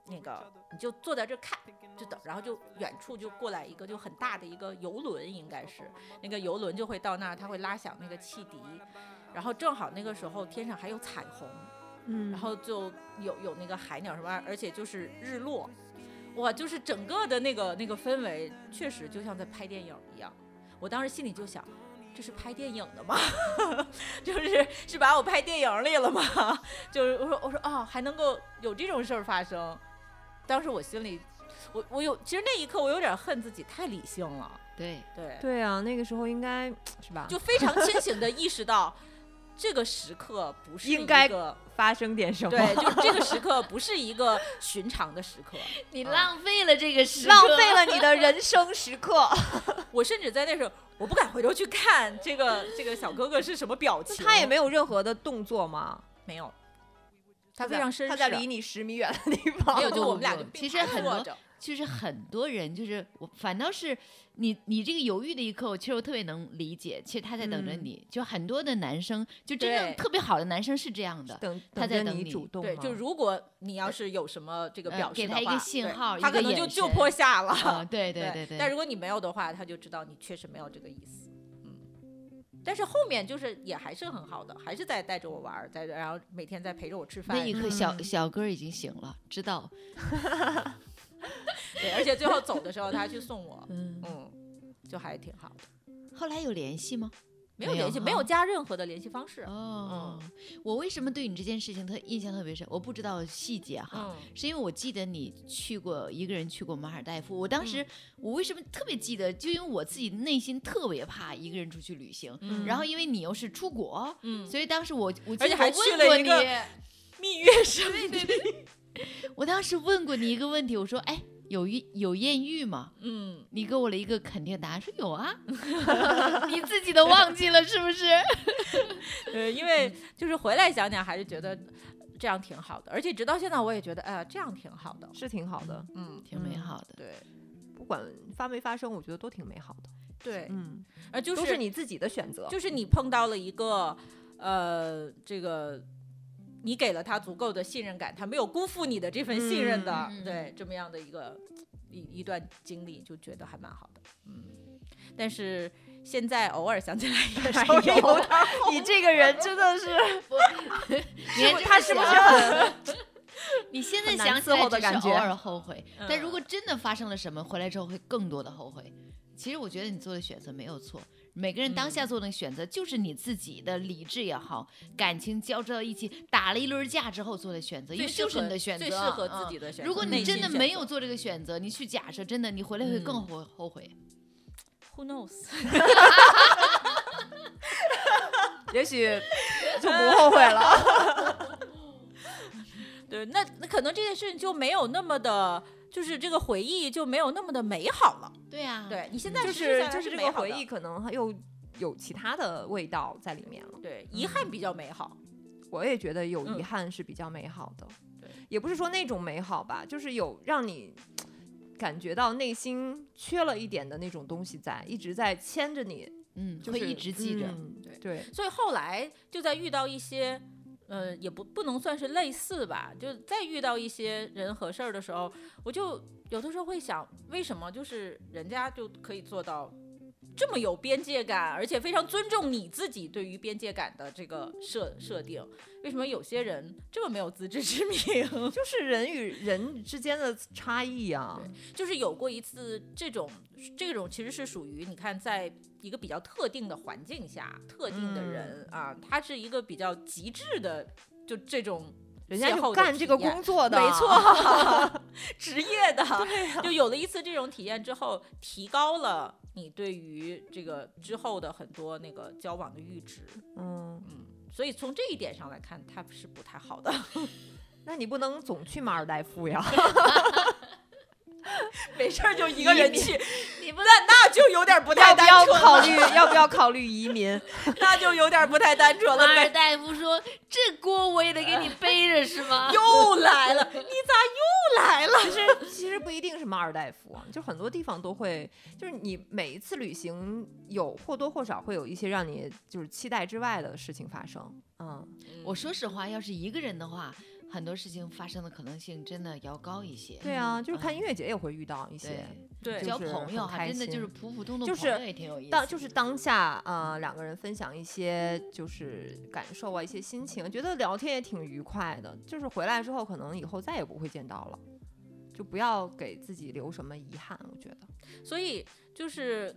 Speaker 2: 那个你就坐在这儿看，就等，然后就远处就过来一个就很大的一个游轮，应该是那个游轮就会到那儿，它会拉响那个汽笛，然后正好那个时候天上还有彩虹，
Speaker 3: 嗯
Speaker 2: 然后就有有那个海鸟什么，而且就是日落，哇，就是整个的那个那个氛围，确实就像在拍电影一样。我当时心里就想，这是拍电影的吗？ 就是是把我拍电影里了吗？ 就是我说我说哦，还能够有这种事儿发生，当时我心里，我我有其实那一刻我有点恨自己太理性了，
Speaker 1: 对，
Speaker 2: 对，
Speaker 3: 对啊，那个时候应该是吧？
Speaker 2: 就非常清醒的意识到。这个时刻不是
Speaker 3: 应
Speaker 2: 一
Speaker 3: 该
Speaker 2: 个
Speaker 3: 发生点什么，
Speaker 2: 对，就这个时刻不是一个寻常的时刻。
Speaker 1: 你
Speaker 2: 啊
Speaker 1: 浪费了这个时
Speaker 3: 浪
Speaker 1: 刻
Speaker 3: 费了你的人生时刻。
Speaker 2: 我甚至在那时候，我不敢回头去看这个这个小哥哥是什么表情，
Speaker 3: 他也没有任何的动作嘛，
Speaker 2: 没有，他
Speaker 3: 在
Speaker 2: 非常绅士，
Speaker 3: 他在
Speaker 1: 啊
Speaker 3: 离你十米远的地方。
Speaker 2: 没有，就我 们
Speaker 1: 不
Speaker 2: 俩
Speaker 1: 不
Speaker 2: 就
Speaker 1: 不
Speaker 2: 并
Speaker 1: 其实
Speaker 2: 排
Speaker 1: 很
Speaker 2: 坐
Speaker 1: 多
Speaker 2: 着
Speaker 1: 就是很多人，就是我，反倒是你，你这个犹豫的一刻，我其实我特别能理解。其实他在等着
Speaker 3: 嗯
Speaker 1: 你，就很多的男生，就真正
Speaker 2: 对
Speaker 1: 特别好的男生是这样的。
Speaker 3: 等
Speaker 1: 他在
Speaker 3: 着
Speaker 1: 等
Speaker 3: 你
Speaker 1: 你
Speaker 3: 主动
Speaker 2: 对，
Speaker 3: 吗
Speaker 2: 就如果你要是有什么这个
Speaker 1: 呃
Speaker 2: 表
Speaker 1: 给
Speaker 2: 示的
Speaker 1: 他
Speaker 2: 话，
Speaker 1: 一个信
Speaker 2: 对
Speaker 1: 号
Speaker 2: 他
Speaker 1: 一
Speaker 2: 可
Speaker 1: 个
Speaker 2: 能就
Speaker 1: 眼
Speaker 2: 就
Speaker 1: 神
Speaker 2: 坡下了。
Speaker 1: 啊，对对对
Speaker 2: 但如果你没有的话，他就知道你确实没有这个意思。嗯，但是后面就是也还是很好的，还是在带着我玩儿，在然后每天在陪着我吃饭
Speaker 1: 那一刻，小
Speaker 3: 嗯
Speaker 1: 小哥已经醒了，知道，
Speaker 2: 对，而且最后走的时候他还去送我，
Speaker 1: 嗯。
Speaker 2: 嗯，就还挺好的，
Speaker 1: 后来有联系吗？
Speaker 2: 没有
Speaker 1: 没有
Speaker 2: 联系，没
Speaker 1: 哈
Speaker 2: 有嗯加任何的联系方式。
Speaker 1: 哦，我为什么对你这件事情特印象特别深？我不知道细节哈，
Speaker 2: 嗯，
Speaker 1: 是因为我记得你去过一个人去过马尔代夫，我当时、
Speaker 2: 嗯
Speaker 1: 我为什么特别记得，就因为我自己内心特别怕一个人出去旅行，
Speaker 2: 嗯
Speaker 1: 然后因为你又是出国，
Speaker 2: 嗯，
Speaker 1: 所以当时我我记
Speaker 2: 而且
Speaker 1: 得
Speaker 2: 还
Speaker 1: 我
Speaker 2: 去
Speaker 1: 问
Speaker 2: 了
Speaker 1: 过
Speaker 2: 一
Speaker 1: 你，
Speaker 2: 个蜜月生日，
Speaker 1: 我当时问过你一个问题，我说哎有一有艳遇吗？
Speaker 2: 嗯，
Speaker 1: 你给我了一个肯定答案，说有 啊， 你自己都忘记了是不是？
Speaker 2: 嗯呃， 因为就是回来想想，还是觉得这样挺好的，而且直到现在我也觉得，哎呀，这样挺好的，
Speaker 3: 是挺好的，
Speaker 2: 嗯，
Speaker 1: 挺美好的，
Speaker 2: 对
Speaker 3: 不管发没发生，我觉得都挺美好的。
Speaker 2: 对，
Speaker 3: 嗯，
Speaker 2: 呃，就
Speaker 3: 都
Speaker 2: 是
Speaker 3: 是你自己的选 择。
Speaker 2: 就是你碰到了一个，呃，这个你给了他足够的信任感，他没有辜负你的这份信任的，
Speaker 1: 嗯嗯嗯
Speaker 2: 对这么样的一个一一段经历，就觉得还蛮好的，嗯。但是现在偶尔想起来也稍微 有点儿
Speaker 3: 哎 你这个人真的 是，
Speaker 1: 你看这
Speaker 3: 他
Speaker 1: 个
Speaker 3: 是不是
Speaker 1: 想
Speaker 3: 很？
Speaker 1: 你现在
Speaker 3: 很难
Speaker 1: 想起
Speaker 3: 伺
Speaker 1: 来
Speaker 3: 候的
Speaker 1: 只
Speaker 3: 感
Speaker 1: 是
Speaker 3: 觉
Speaker 1: 偶尔后悔，但如
Speaker 2: 嗯
Speaker 1: 果真的发生了什么，回来之后会更多的后悔。其实我觉得你做的选择没有错，每个人当下做的选择就是你自己的理智也好，感情交织到一起，打了一轮架之后做的选择，因
Speaker 2: 最
Speaker 1: 为
Speaker 2: 适
Speaker 1: 就
Speaker 2: 合
Speaker 1: 是你的选择，
Speaker 2: 嗯最适合自
Speaker 1: 嗯
Speaker 2: 己的选择。
Speaker 1: 如果
Speaker 2: 内
Speaker 1: 你
Speaker 2: 心
Speaker 1: 真的
Speaker 2: 选
Speaker 1: 没
Speaker 2: 择
Speaker 1: 有做这个选择，你去假设真的，你回来会更后后悔。
Speaker 2: ，Who knows？
Speaker 3: 也许 就
Speaker 2: 呃
Speaker 3: 不后悔 了。
Speaker 2: 对，那那可能这件事情就没有那么的，就是这个回忆就没有那么的美好了。
Speaker 1: 对呀、啊，
Speaker 2: 对你现在
Speaker 3: 就
Speaker 2: 实施
Speaker 3: 是
Speaker 2: 下来
Speaker 3: 就是这
Speaker 2: 美
Speaker 3: 个
Speaker 2: 好
Speaker 3: 回
Speaker 2: 的
Speaker 3: 忆，，可能还又有其他的味道在里面了。
Speaker 2: 对，遗
Speaker 1: 嗯
Speaker 2: 憾比较美好。
Speaker 3: 我也觉得有
Speaker 2: 嗯
Speaker 3: 遗憾是比较美好的，
Speaker 2: 对
Speaker 3: 也不是说那种美好吧，就是有让你感觉到内心缺了一点的那种东西在，一直在牵着你，
Speaker 1: 嗯，
Speaker 3: 就
Speaker 1: 会
Speaker 3: 是
Speaker 1: 一直记着。
Speaker 3: 嗯
Speaker 2: 对
Speaker 3: 对，
Speaker 2: 所以后来就在遇到一些，呃，也不不能算是类似吧，就再遇到一些人和事儿的时候，我就有的时候会想，为什么就是人家就可以做到这么有边界感，而且非常尊重你自己对于边界感的这个设设定，为什么有些人这么没有自知之明？
Speaker 3: 就是人与人之间的差异啊。
Speaker 2: 就是有过一次这种这种其实是属于你看，在一个比较特定的环境下，特定的人、啊，他是一个比较极致的，就这种
Speaker 3: 人家
Speaker 2: 邂
Speaker 3: 就
Speaker 2: 逅的
Speaker 3: 干这个
Speaker 2: 体验
Speaker 3: 工作的，啊
Speaker 2: 没错， 职业的，就有了一次这种体验之后，提高了你对于这个之后的很多那个交往的阈值，
Speaker 3: 嗯，
Speaker 2: 嗯，所以从这一点上来看，它是不太好的。
Speaker 3: 那你不能总去马尔代夫呀。
Speaker 2: 没事儿就一个人去，
Speaker 1: 你不
Speaker 2: 那那就有点不太
Speaker 3: 要不
Speaker 2: 单
Speaker 3: 要
Speaker 2: 纯
Speaker 3: 考
Speaker 2: 了，
Speaker 3: 虑？ 要不要考虑移民？
Speaker 2: 那就有点不太单纯了
Speaker 1: 马尔
Speaker 2: 呗。
Speaker 1: 代夫说这锅我也得给你背着是 吗？
Speaker 2: 又来了，你咋又来了？
Speaker 3: 其实其实不一定是马尔代夫啊，就很多地方都会，就是你每一次旅行有或多或少会有一些让你就是期待之外的事情发生。嗯，
Speaker 1: 我说实话，要是一个人的话，很多事情发生的可能性真的要高一些。嗯
Speaker 3: 对啊，就是看音乐节也会遇到一些。
Speaker 2: 嗯对
Speaker 3: 就
Speaker 1: 交
Speaker 3: 是
Speaker 1: 朋
Speaker 3: 很
Speaker 1: 友哈，
Speaker 3: 开
Speaker 1: 真的就
Speaker 3: 心
Speaker 1: 是普普通通
Speaker 3: 就是
Speaker 1: 朋友也挺有意思的。
Speaker 3: 当就是当下，呃，两个人分享一些就是感受啊，一些心情，觉得聊天也挺愉快的。就是回来之后，可能以后再也不会见到了，就不要给自己留什么遗憾。我觉得，
Speaker 2: 所以就是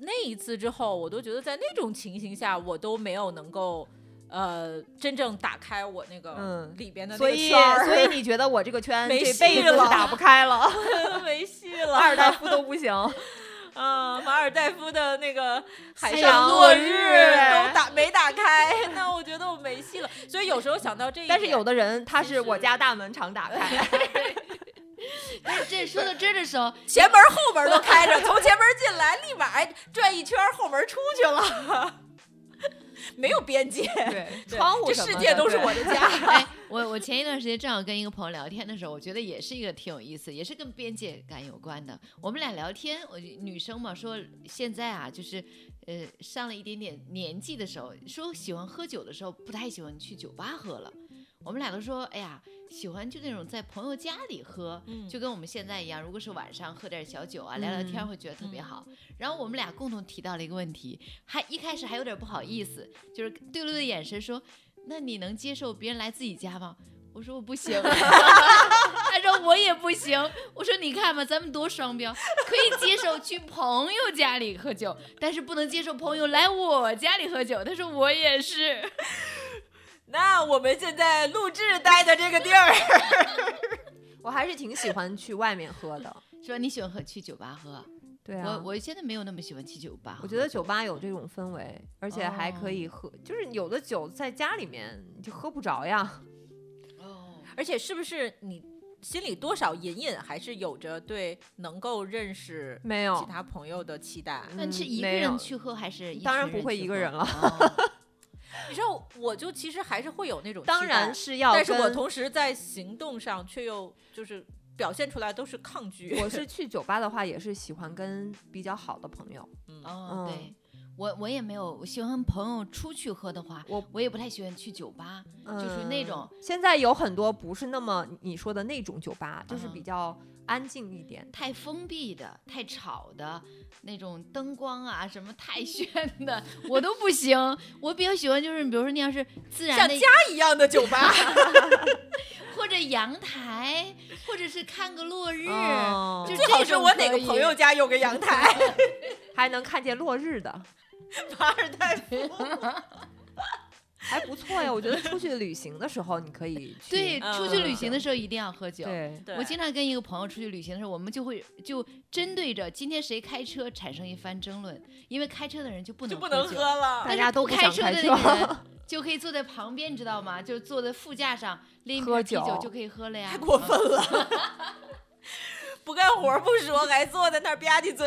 Speaker 2: 那一次之后，我都觉得在那种情形下，我都没有能够呃真正打开我那个
Speaker 3: 嗯，
Speaker 2: 里边的那
Speaker 3: 所
Speaker 2: 个
Speaker 3: 以
Speaker 2: 圈儿，
Speaker 3: 所以你觉得我这个 圈
Speaker 2: 没
Speaker 3: 这
Speaker 2: 戏
Speaker 3: 辈子是
Speaker 2: 了
Speaker 3: 打不开 了，
Speaker 2: 没戏
Speaker 3: 马尔
Speaker 2: 了。
Speaker 3: 代夫都 不行。
Speaker 2: 啊，马尔代夫的 那个
Speaker 1: 海
Speaker 2: 海上
Speaker 1: 洋
Speaker 2: 落
Speaker 3: 落日哎
Speaker 2: 都打没打开， 那我觉得我没戏了。所以有时候想到这一点，
Speaker 3: 但是有的人他
Speaker 2: 其
Speaker 3: 是我
Speaker 2: 实
Speaker 3: 家大门常打开，
Speaker 1: 但是这说到这儿的时候，
Speaker 2: 前门后门都开着，从前门进来，立马哎转一圈，后门出去了， 没有边界。
Speaker 3: 对
Speaker 2: 对
Speaker 3: 窗户
Speaker 2: 这
Speaker 3: 什么
Speaker 2: 世界都是
Speaker 3: 对
Speaker 2: 我 的家。
Speaker 1: 哎， 我我前一段时间正好跟一个朋友聊天的时候，我觉得也是一个挺有意思，也是跟边界感有关的。我们俩聊天，我就女生嘛说现在啊，就是呃上了一点点年纪的时候，说喜欢喝酒的时候，不太喜欢去酒吧喝了。我们俩都说，哎呀，喜欢就那种在朋友家里喝，
Speaker 2: 嗯
Speaker 1: 就跟我们现在一样，如果是晚上喝点小酒啊，聊聊天儿
Speaker 3: 嗯
Speaker 1: 会觉得特别好。然后我们俩共同提到了一个问题，还一开始还有点不好意思，就是对路的眼神说：“那你能接受别人来自己家吗？”我说我不 行，他说我也不行。我说你看吧，咱们多双标，可以接受去朋友家里喝酒，但是不能接受朋友来我家里喝酒。他说我也是，
Speaker 2: 那我们现在录制待的这个地儿，
Speaker 3: 我还是挺喜欢去外面喝的。
Speaker 1: 说你喜欢喝去酒吧喝，
Speaker 3: 对啊，
Speaker 1: 我我现在没有那么喜欢去酒吧喝。
Speaker 3: 我觉得酒吧有这种氛围，而且还可以喝，就是有的酒在家里面你就喝不着呀。
Speaker 1: 哦，
Speaker 2: 而且是不是你心里多少隐隐还是有着对能够认识
Speaker 3: 没有
Speaker 2: 其，他朋友的期待？
Speaker 1: 那是
Speaker 3: 嗯
Speaker 1: 一个
Speaker 3: 没有嗯
Speaker 1: 人去喝还是一
Speaker 3: 当然
Speaker 1: 群人
Speaker 3: 不会
Speaker 1: 去
Speaker 3: 一个
Speaker 1: 喝
Speaker 3: 人了
Speaker 1: 哦
Speaker 2: 你知道，我就其实还是会有那种期待
Speaker 3: 当然，是要跟。
Speaker 2: 但是我同时在行动上却又就是表现出来都是抗 拒。
Speaker 3: 我是去酒吧的话，也是喜欢跟比较好的朋友。
Speaker 2: 嗯，
Speaker 1: 哦，
Speaker 3: 嗯
Speaker 1: 对，我我也没有，我喜欢跟朋友出去喝的话，
Speaker 3: 我
Speaker 1: 我也不太喜欢去酒吧。就是那
Speaker 3: 嗯
Speaker 1: 种
Speaker 3: 现在有很多不是那么你说的那种酒吧，就是比
Speaker 1: 嗯
Speaker 3: 较安静一点。
Speaker 1: 太封闭的、太吵的那种灯光啊，什么
Speaker 3: 嗯
Speaker 1: 太炫的，我都不行。我比较喜欢就是，比如说那样是自然
Speaker 2: 像
Speaker 1: 的
Speaker 2: 家，一样的酒 吧，
Speaker 1: 或者阳台，或者是看个落日，
Speaker 3: 嗯
Speaker 1: 就
Speaker 2: 最好是我哪
Speaker 1: 这种可
Speaker 2: 个
Speaker 1: 以
Speaker 2: 朋友家有个阳台，
Speaker 3: 还能看见落日的，
Speaker 2: 马尔代夫。
Speaker 3: 还不错呀。我觉得出去旅行的时候，你可 以去
Speaker 1: 对，
Speaker 2: 嗯
Speaker 1: 出去旅行的时候一定要喝酒。
Speaker 3: 对，
Speaker 2: 对
Speaker 1: 我经常跟一个朋友出去旅行的时候，我们就会就针对着今天谁开车产生一番争论，因为开车的人就不能
Speaker 2: 就不能
Speaker 1: 酒
Speaker 2: 喝了。
Speaker 1: 但
Speaker 3: 大家
Speaker 1: 是
Speaker 3: 都
Speaker 1: 不
Speaker 3: 不
Speaker 1: 开
Speaker 3: 想
Speaker 1: 车
Speaker 3: 开
Speaker 1: 的
Speaker 3: 车
Speaker 1: 那个人就可以坐在旁边，知道吗？就是坐在副驾上拎一瓶
Speaker 3: 喝
Speaker 1: 啤酒
Speaker 3: 酒
Speaker 1: 就可以喝了呀。
Speaker 2: 太过分了， 不干活不说，还坐在那儿吧唧嘴。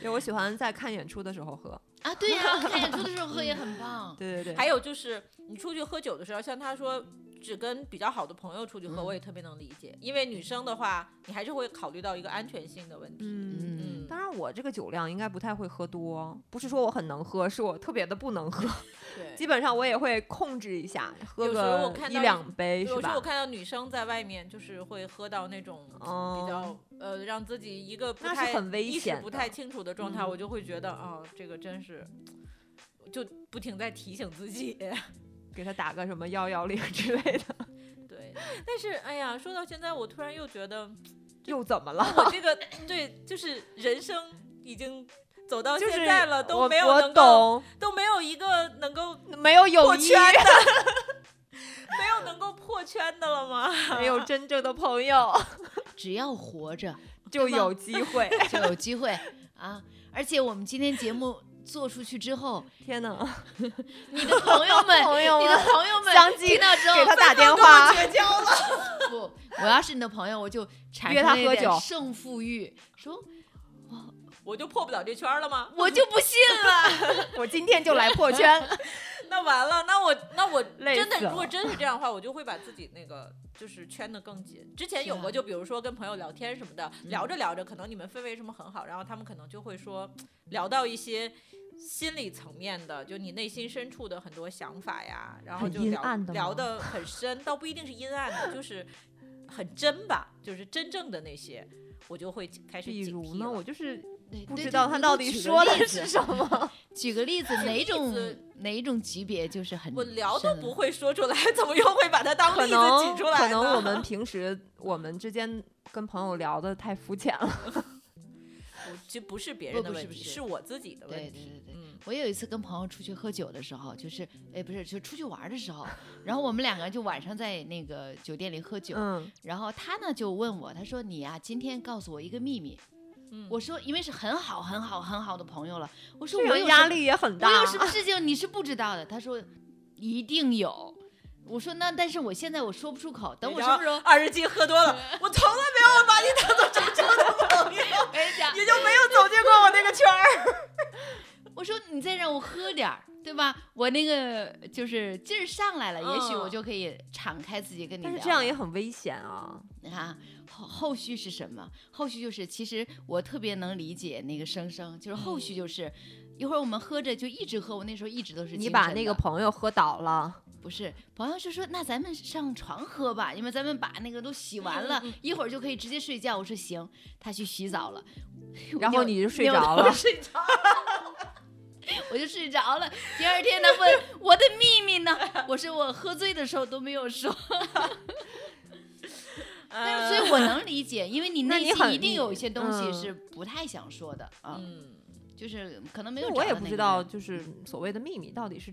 Speaker 3: 对我喜欢在看演出的时候喝。
Speaker 1: 啊！对呀、看演出的时候喝也很棒。
Speaker 3: 对对对，
Speaker 2: 还有就是你出去喝酒的时候，像他说只跟比较好的朋友出去喝，
Speaker 1: 嗯
Speaker 2: 我也特别能理解，因为女生的话，你还是会考虑到一个安全性的问题。
Speaker 3: 嗯。
Speaker 1: 嗯，
Speaker 3: 当然，我这个酒量应该不太会喝多，不是说我很能喝，是我特别的不能喝。 基
Speaker 2: 对。
Speaker 3: 本上我也会控制一下，喝
Speaker 2: 有时候我
Speaker 3: 个
Speaker 2: 看
Speaker 3: 一
Speaker 2: 到
Speaker 3: 两杯是
Speaker 2: 有时候
Speaker 3: 吧？
Speaker 2: 我看到女生在外面就是会喝到那种比较、
Speaker 3: 嗯，
Speaker 2: 呃，让自己一个不
Speaker 3: 那是
Speaker 2: 太
Speaker 3: 很危
Speaker 2: 意识
Speaker 3: 险
Speaker 2: 不
Speaker 3: 的
Speaker 2: 太清楚的状态，
Speaker 3: 嗯
Speaker 2: 我就会觉得啊、这个真是就不停在提醒自己。
Speaker 3: 给他打个什么幺幺零之类的，
Speaker 2: 对，但是哎呀，说到现在，我突然又觉得
Speaker 3: 又怎么了？
Speaker 2: 我这个对，就是人生已经走到
Speaker 3: 就是
Speaker 2: 现在了，都
Speaker 3: 我
Speaker 2: 没有
Speaker 3: 我
Speaker 2: 能够
Speaker 3: 懂，
Speaker 2: 都没有一个能够
Speaker 3: 没有友
Speaker 2: 破
Speaker 3: 谊
Speaker 2: 圈，的，没有能够破圈的了吗？
Speaker 3: 没有真正的朋友，
Speaker 1: 只要活着
Speaker 3: 就有机会。
Speaker 1: 就有机会啊！而且我们今天节目做出去之后，
Speaker 3: 天哪，
Speaker 1: 你的朋友们，
Speaker 3: 朋友
Speaker 1: 你的
Speaker 3: 们
Speaker 1: 朋友们
Speaker 3: 相继
Speaker 1: 听到之后
Speaker 3: 给他打电话，
Speaker 1: 不，我要是你的朋友，我就产
Speaker 3: 约
Speaker 1: 生
Speaker 3: 他
Speaker 1: 了一
Speaker 3: 喝
Speaker 1: 点
Speaker 3: 酒
Speaker 1: 胜负欲，说
Speaker 2: 我就破不了这圈儿了吗？
Speaker 1: 我就不信了。
Speaker 3: 我今天就来破 圈。
Speaker 2: 那完了，那我那我
Speaker 3: 累
Speaker 2: 真的
Speaker 3: 死了
Speaker 2: 如果真是这样的话，我就会把自己那个就是圈得更紧。之前
Speaker 1: 是
Speaker 2: 有
Speaker 1: 啊
Speaker 2: 过，就比如说跟朋友聊天什么的，
Speaker 3: 嗯
Speaker 2: 聊着聊着，可能你们氛围什么很好，然后他们可能就会说聊到一些心理层面的，就你内心深处的很多想法呀，然后
Speaker 3: 很
Speaker 2: 就
Speaker 3: 阴
Speaker 2: 聊
Speaker 3: 暗的
Speaker 2: 聊
Speaker 3: 吗
Speaker 2: 得很深，倒不一定是阴暗的，就是很真吧，就是真正的那些，我就会开始
Speaker 3: 比
Speaker 2: 警
Speaker 3: 如
Speaker 2: 惕
Speaker 3: 呢，
Speaker 2: 了
Speaker 3: 我就是
Speaker 1: 对
Speaker 3: 不
Speaker 1: 对对
Speaker 3: 知道
Speaker 1: 你
Speaker 3: 他
Speaker 1: 给
Speaker 3: 到
Speaker 1: 我
Speaker 3: 底
Speaker 1: 举个
Speaker 3: 说
Speaker 1: 例
Speaker 3: 的
Speaker 1: 子
Speaker 3: 是什么。
Speaker 1: 举个例子，哪
Speaker 2: 例
Speaker 1: 种
Speaker 2: 子
Speaker 1: 哪一种级别就是很
Speaker 2: 我聊都
Speaker 1: 深
Speaker 2: 不
Speaker 1: 了
Speaker 2: 会说出来，怎么又会把它当
Speaker 3: 嗯可
Speaker 2: 例子
Speaker 3: 能
Speaker 2: 挤出来
Speaker 3: 可能
Speaker 2: 呢
Speaker 3: 我们平时我们之间跟朋友聊的太肤浅了。
Speaker 2: 不这不是别人的
Speaker 1: 不不
Speaker 2: 问
Speaker 1: 是
Speaker 2: 题，
Speaker 1: 不是
Speaker 2: 我自己的
Speaker 1: 对
Speaker 2: 问
Speaker 1: 对
Speaker 2: 题。
Speaker 1: 对对。
Speaker 2: 嗯，
Speaker 1: 我有一次跟朋友出去喝酒的时候，就是哎不是，就出去玩儿的时候，然后我们两个就晚上在那个酒店里喝酒，
Speaker 3: 嗯，
Speaker 1: 然后他呢就问我，他说你呀、今天告诉我一个秘密，
Speaker 2: 嗯
Speaker 1: 我说因为是很好很好很好的朋友了，我说
Speaker 3: 这
Speaker 1: 我
Speaker 3: 样
Speaker 1: 有
Speaker 3: 压
Speaker 1: 什
Speaker 3: 力也很
Speaker 1: 我
Speaker 3: 大啊
Speaker 1: 有。 什么事情你是不知道的？他说一定有。我说那但是我现在我说不出口，等我什么时候？
Speaker 2: 二十斤喝多了，我从来 没有把你当做真正的朋
Speaker 1: 我
Speaker 2: 友，
Speaker 3: 哎
Speaker 1: 跟你讲，
Speaker 2: 也就没有走进过我那个圈儿。
Speaker 1: 我说你再让我喝点儿，对吧？我那个就是劲儿上来了，也许我
Speaker 2: 嗯
Speaker 1: 就可以敞开自己跟你
Speaker 3: 但
Speaker 1: 聊
Speaker 3: 是
Speaker 1: 了。
Speaker 3: 这样也很危险啊！
Speaker 1: 你看啊后后续是什么？后续就是，其实我特别能理解那个生生，就是后
Speaker 3: 嗯
Speaker 1: 续就是，一会儿我们喝着就一直喝，我那时候一直都是
Speaker 3: 你
Speaker 1: 精
Speaker 3: 把
Speaker 1: 神的
Speaker 3: 那个朋友喝倒了，
Speaker 1: 不是朋友就说那咱们上床喝吧，因为咱们把那个都洗完
Speaker 3: 嗯
Speaker 1: 了，一会儿就可以直接睡觉。我说行，他去洗澡了，
Speaker 3: 然后
Speaker 1: 扭
Speaker 3: 你就睡
Speaker 1: 扭
Speaker 3: 着
Speaker 1: 头
Speaker 3: 了
Speaker 1: 睡着了 我就睡着了。第二天他问我的秘密呢，我说我喝醉的时候都没有说。 但是，所以我能理解，因为你
Speaker 3: 嗯那
Speaker 1: 内
Speaker 3: 你
Speaker 1: 心
Speaker 3: 很
Speaker 1: 一定
Speaker 3: 你
Speaker 1: 有一些东西
Speaker 3: 嗯
Speaker 1: 是不太想说的啊，
Speaker 2: 嗯，
Speaker 1: 就是可能没
Speaker 3: 因
Speaker 1: 有。
Speaker 3: 为我也不知道，，就是所谓的秘密到底是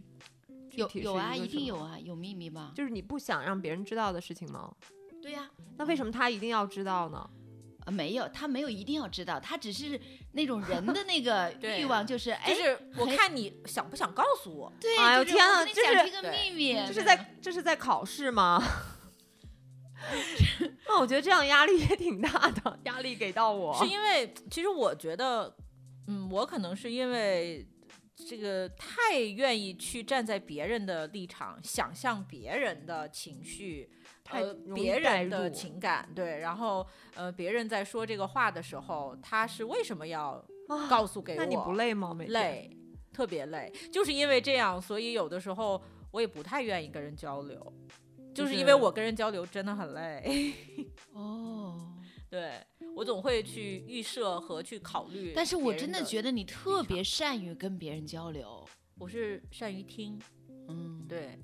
Speaker 3: 具
Speaker 1: 有
Speaker 3: 体
Speaker 1: 有
Speaker 3: 是
Speaker 1: 啊，
Speaker 3: 个
Speaker 1: 一
Speaker 3: 什
Speaker 1: 定
Speaker 3: 么
Speaker 1: 有，啊，有秘密吧？
Speaker 3: 就是你不想让别人知道的事情吗？
Speaker 1: 对呀、
Speaker 3: 那为什么他一定要知道呢？
Speaker 1: 啊，没有，他没有一定要知道，他只是那种人的那个
Speaker 2: 对
Speaker 1: 欲望，就是哎，
Speaker 2: 就是我
Speaker 1: 哎
Speaker 2: 看你想不想告诉我，
Speaker 1: 对，
Speaker 3: 哎呦
Speaker 1: 就是
Speaker 3: 天
Speaker 1: 我
Speaker 3: 啊
Speaker 1: 跟你
Speaker 3: 这
Speaker 1: 讲
Speaker 3: 是
Speaker 1: 这个秘
Speaker 2: 对
Speaker 1: 密，
Speaker 3: 这是在这是在考试吗？ 那我觉得这样压力也挺大的，压力给到我
Speaker 2: 是因为其实我觉得，嗯，我可能是因为。这个太愿意去站在别人的立场，想象别人的情绪，
Speaker 3: 太
Speaker 2: 呃
Speaker 3: 容易
Speaker 2: 别
Speaker 3: 代
Speaker 2: 人的
Speaker 3: 入
Speaker 2: 情感，对，然后呃别人在说这个话的时候，他是为什么要
Speaker 3: 啊
Speaker 2: 告诉给我？
Speaker 3: 那你不累吗？每天
Speaker 2: 累，特别累，就是因为这样，所以有的时候我也不太愿意跟人交流，
Speaker 3: 就
Speaker 2: 就是因
Speaker 3: 是
Speaker 2: 为我跟人交流真的很累，
Speaker 1: 哦。
Speaker 2: 对我总会去预设和去考虑。
Speaker 1: 但是我真
Speaker 2: 的
Speaker 1: 的觉
Speaker 2: 得
Speaker 1: 得你特别善于跟别人交流，
Speaker 2: 我是善于听，
Speaker 1: 嗯，
Speaker 2: 对，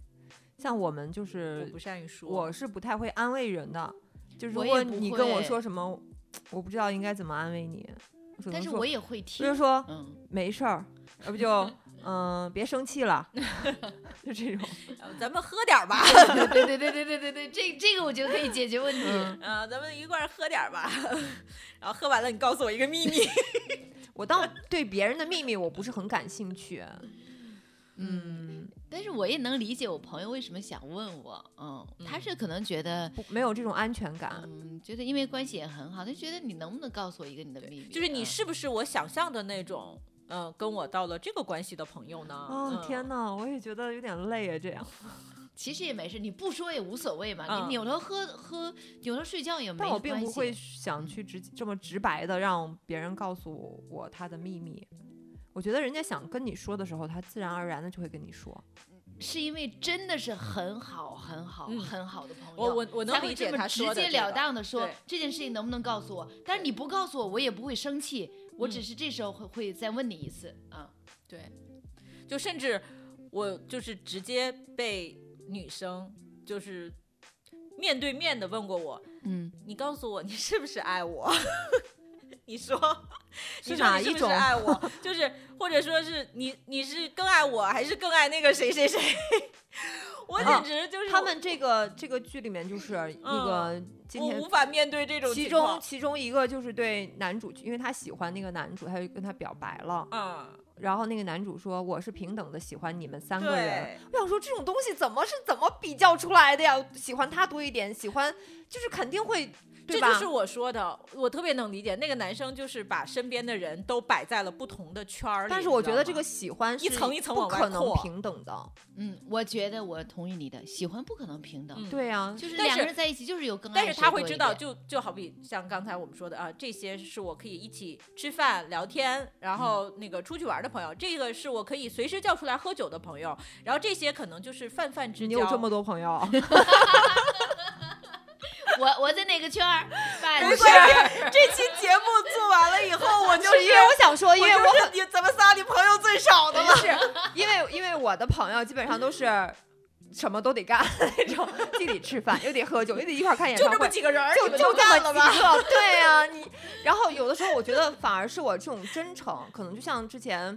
Speaker 3: 像我们就
Speaker 1: 呃
Speaker 2: 我
Speaker 3: 是
Speaker 2: 不善于说。
Speaker 3: 我是不太会安慰人的，就如
Speaker 1: 我也
Speaker 3: 果
Speaker 1: 不
Speaker 3: 你跟我
Speaker 1: 会
Speaker 3: 说什么，我不知道应该怎么安慰你，只
Speaker 1: 但
Speaker 3: 能
Speaker 1: 是
Speaker 3: 说
Speaker 1: 我也会
Speaker 3: 我就
Speaker 1: 听，
Speaker 3: 说
Speaker 1: 嗯，
Speaker 3: 没事儿，要不就嗯、别生气了，就这种。
Speaker 2: 呃咱们喝点儿吧，
Speaker 1: 对对对对对对对，这这个我觉得可以解决问
Speaker 3: 嗯
Speaker 1: 题。
Speaker 2: 啊，咱们一块儿喝点儿吧， 然后喝完了你告诉我一个秘密。
Speaker 3: 我倒对别人的秘密我不是很感兴趣，嗯，
Speaker 1: 但是我也能理解我朋友为什么想问我，嗯，他是可能觉得，
Speaker 3: 不没有这种安全感。
Speaker 1: 嗯，觉得因为关系也很好，他觉得你能不能告诉我一个你的 秘密？
Speaker 2: 就是你
Speaker 1: 嗯
Speaker 2: 是不是我想象的那种，呃，跟我到了这个关系的朋友呢？
Speaker 3: 啊、
Speaker 2: 嗯
Speaker 3: 天哪，我也觉得有点累啊，这样。
Speaker 1: 其实也没事，你不说也无所谓嘛。
Speaker 2: 嗯
Speaker 1: 你扭头喝喝，扭头睡觉也没
Speaker 3: 但我
Speaker 1: 关系。
Speaker 3: 并不会想去直这么直白的让别人告诉我他的秘密。我觉得人家想跟你说的时候，他自然而然的就会跟你说。
Speaker 1: 是因为真的是很好、很好、
Speaker 2: 嗯
Speaker 1: 很好的朋友，
Speaker 2: 我我我
Speaker 1: 才
Speaker 2: 能
Speaker 1: 会
Speaker 2: 理
Speaker 1: 这
Speaker 2: 解
Speaker 1: 么
Speaker 2: 他
Speaker 1: 直
Speaker 2: 说的
Speaker 1: 截
Speaker 2: 这个
Speaker 1: 了当的说
Speaker 2: 对
Speaker 1: 这件事情能不能告诉我？但是你不告诉我，我也不会生气，我只
Speaker 2: 嗯
Speaker 1: 是这时候会会再问你一次啊。
Speaker 2: 对，就甚至我就是直接被女生就是面对面的问过我，
Speaker 1: 嗯，
Speaker 2: 你告诉我你是不是爱我？ 你说你说你
Speaker 3: 是哪
Speaker 2: 是
Speaker 3: 一
Speaker 2: 不
Speaker 3: 种
Speaker 2: 是爱我？ 就是或者说是你你是更爱我还是更爱那个谁谁 谁？我
Speaker 3: 啊
Speaker 2: 简直就是
Speaker 3: 他们这个这个剧里面就是那个今
Speaker 2: 我
Speaker 3: 天
Speaker 2: 无法面对这种
Speaker 3: 其
Speaker 2: 情
Speaker 3: 中
Speaker 2: 况。
Speaker 3: 其中一个就是对男主，因为他喜欢那个男主，他就跟他表白了。
Speaker 2: 啊，
Speaker 3: 然后那个男主说我是平等的喜欢你们三个人。
Speaker 2: 对，
Speaker 3: 我想说这种东西怎么是怎么比较出来的呀？喜欢他多一点，喜欢就是肯定会，
Speaker 2: 这
Speaker 3: 对吧？
Speaker 2: 就是我说的，我特别能理解。那个男生就是把身边的人都摆在了不同的圈儿里，
Speaker 3: 但是我觉得这个
Speaker 2: 你知
Speaker 3: 喜欢
Speaker 2: 一层一层
Speaker 3: 是不
Speaker 2: 往外
Speaker 3: 可能
Speaker 2: 扩
Speaker 3: 平等的。
Speaker 1: 嗯，我觉呀，我同意你的，喜欢不可能平等，
Speaker 2: 嗯
Speaker 3: 对呀、
Speaker 1: 就是
Speaker 2: 但
Speaker 1: 两个
Speaker 2: 是
Speaker 1: 人在一起就是有更
Speaker 3: 嗯
Speaker 2: 道吗
Speaker 1: 爱
Speaker 2: 但是
Speaker 1: 谁
Speaker 2: 他会
Speaker 1: 多
Speaker 2: 知
Speaker 1: 一
Speaker 2: 道，
Speaker 1: 点
Speaker 2: 就就好比像刚才我们说的啊，这些是我可以一起吃饭、聊天，然后
Speaker 3: 嗯
Speaker 2: 那个出去玩的朋友，这个是我可以随时叫出来喝酒的朋友，然后这些可能就是泛泛之
Speaker 3: 你
Speaker 2: 交。
Speaker 3: 有这么多朋友，
Speaker 1: 我我在哪个圈 儿？饭
Speaker 2: 不是
Speaker 1: 圈儿
Speaker 2: 这期节目做完了以 后，我 就是
Speaker 3: 因为我想说，因为我
Speaker 2: 是你咱们仨里朋友最少的了。
Speaker 3: 是因为因为我的朋友基本上都是什么都得干那种，既得吃饭又得喝酒，又得一块儿看演唱会。
Speaker 2: 几个人儿
Speaker 3: 就就这么几？个，对呀、你然后有的时候我觉得反而是我这种真诚，可能就像之前，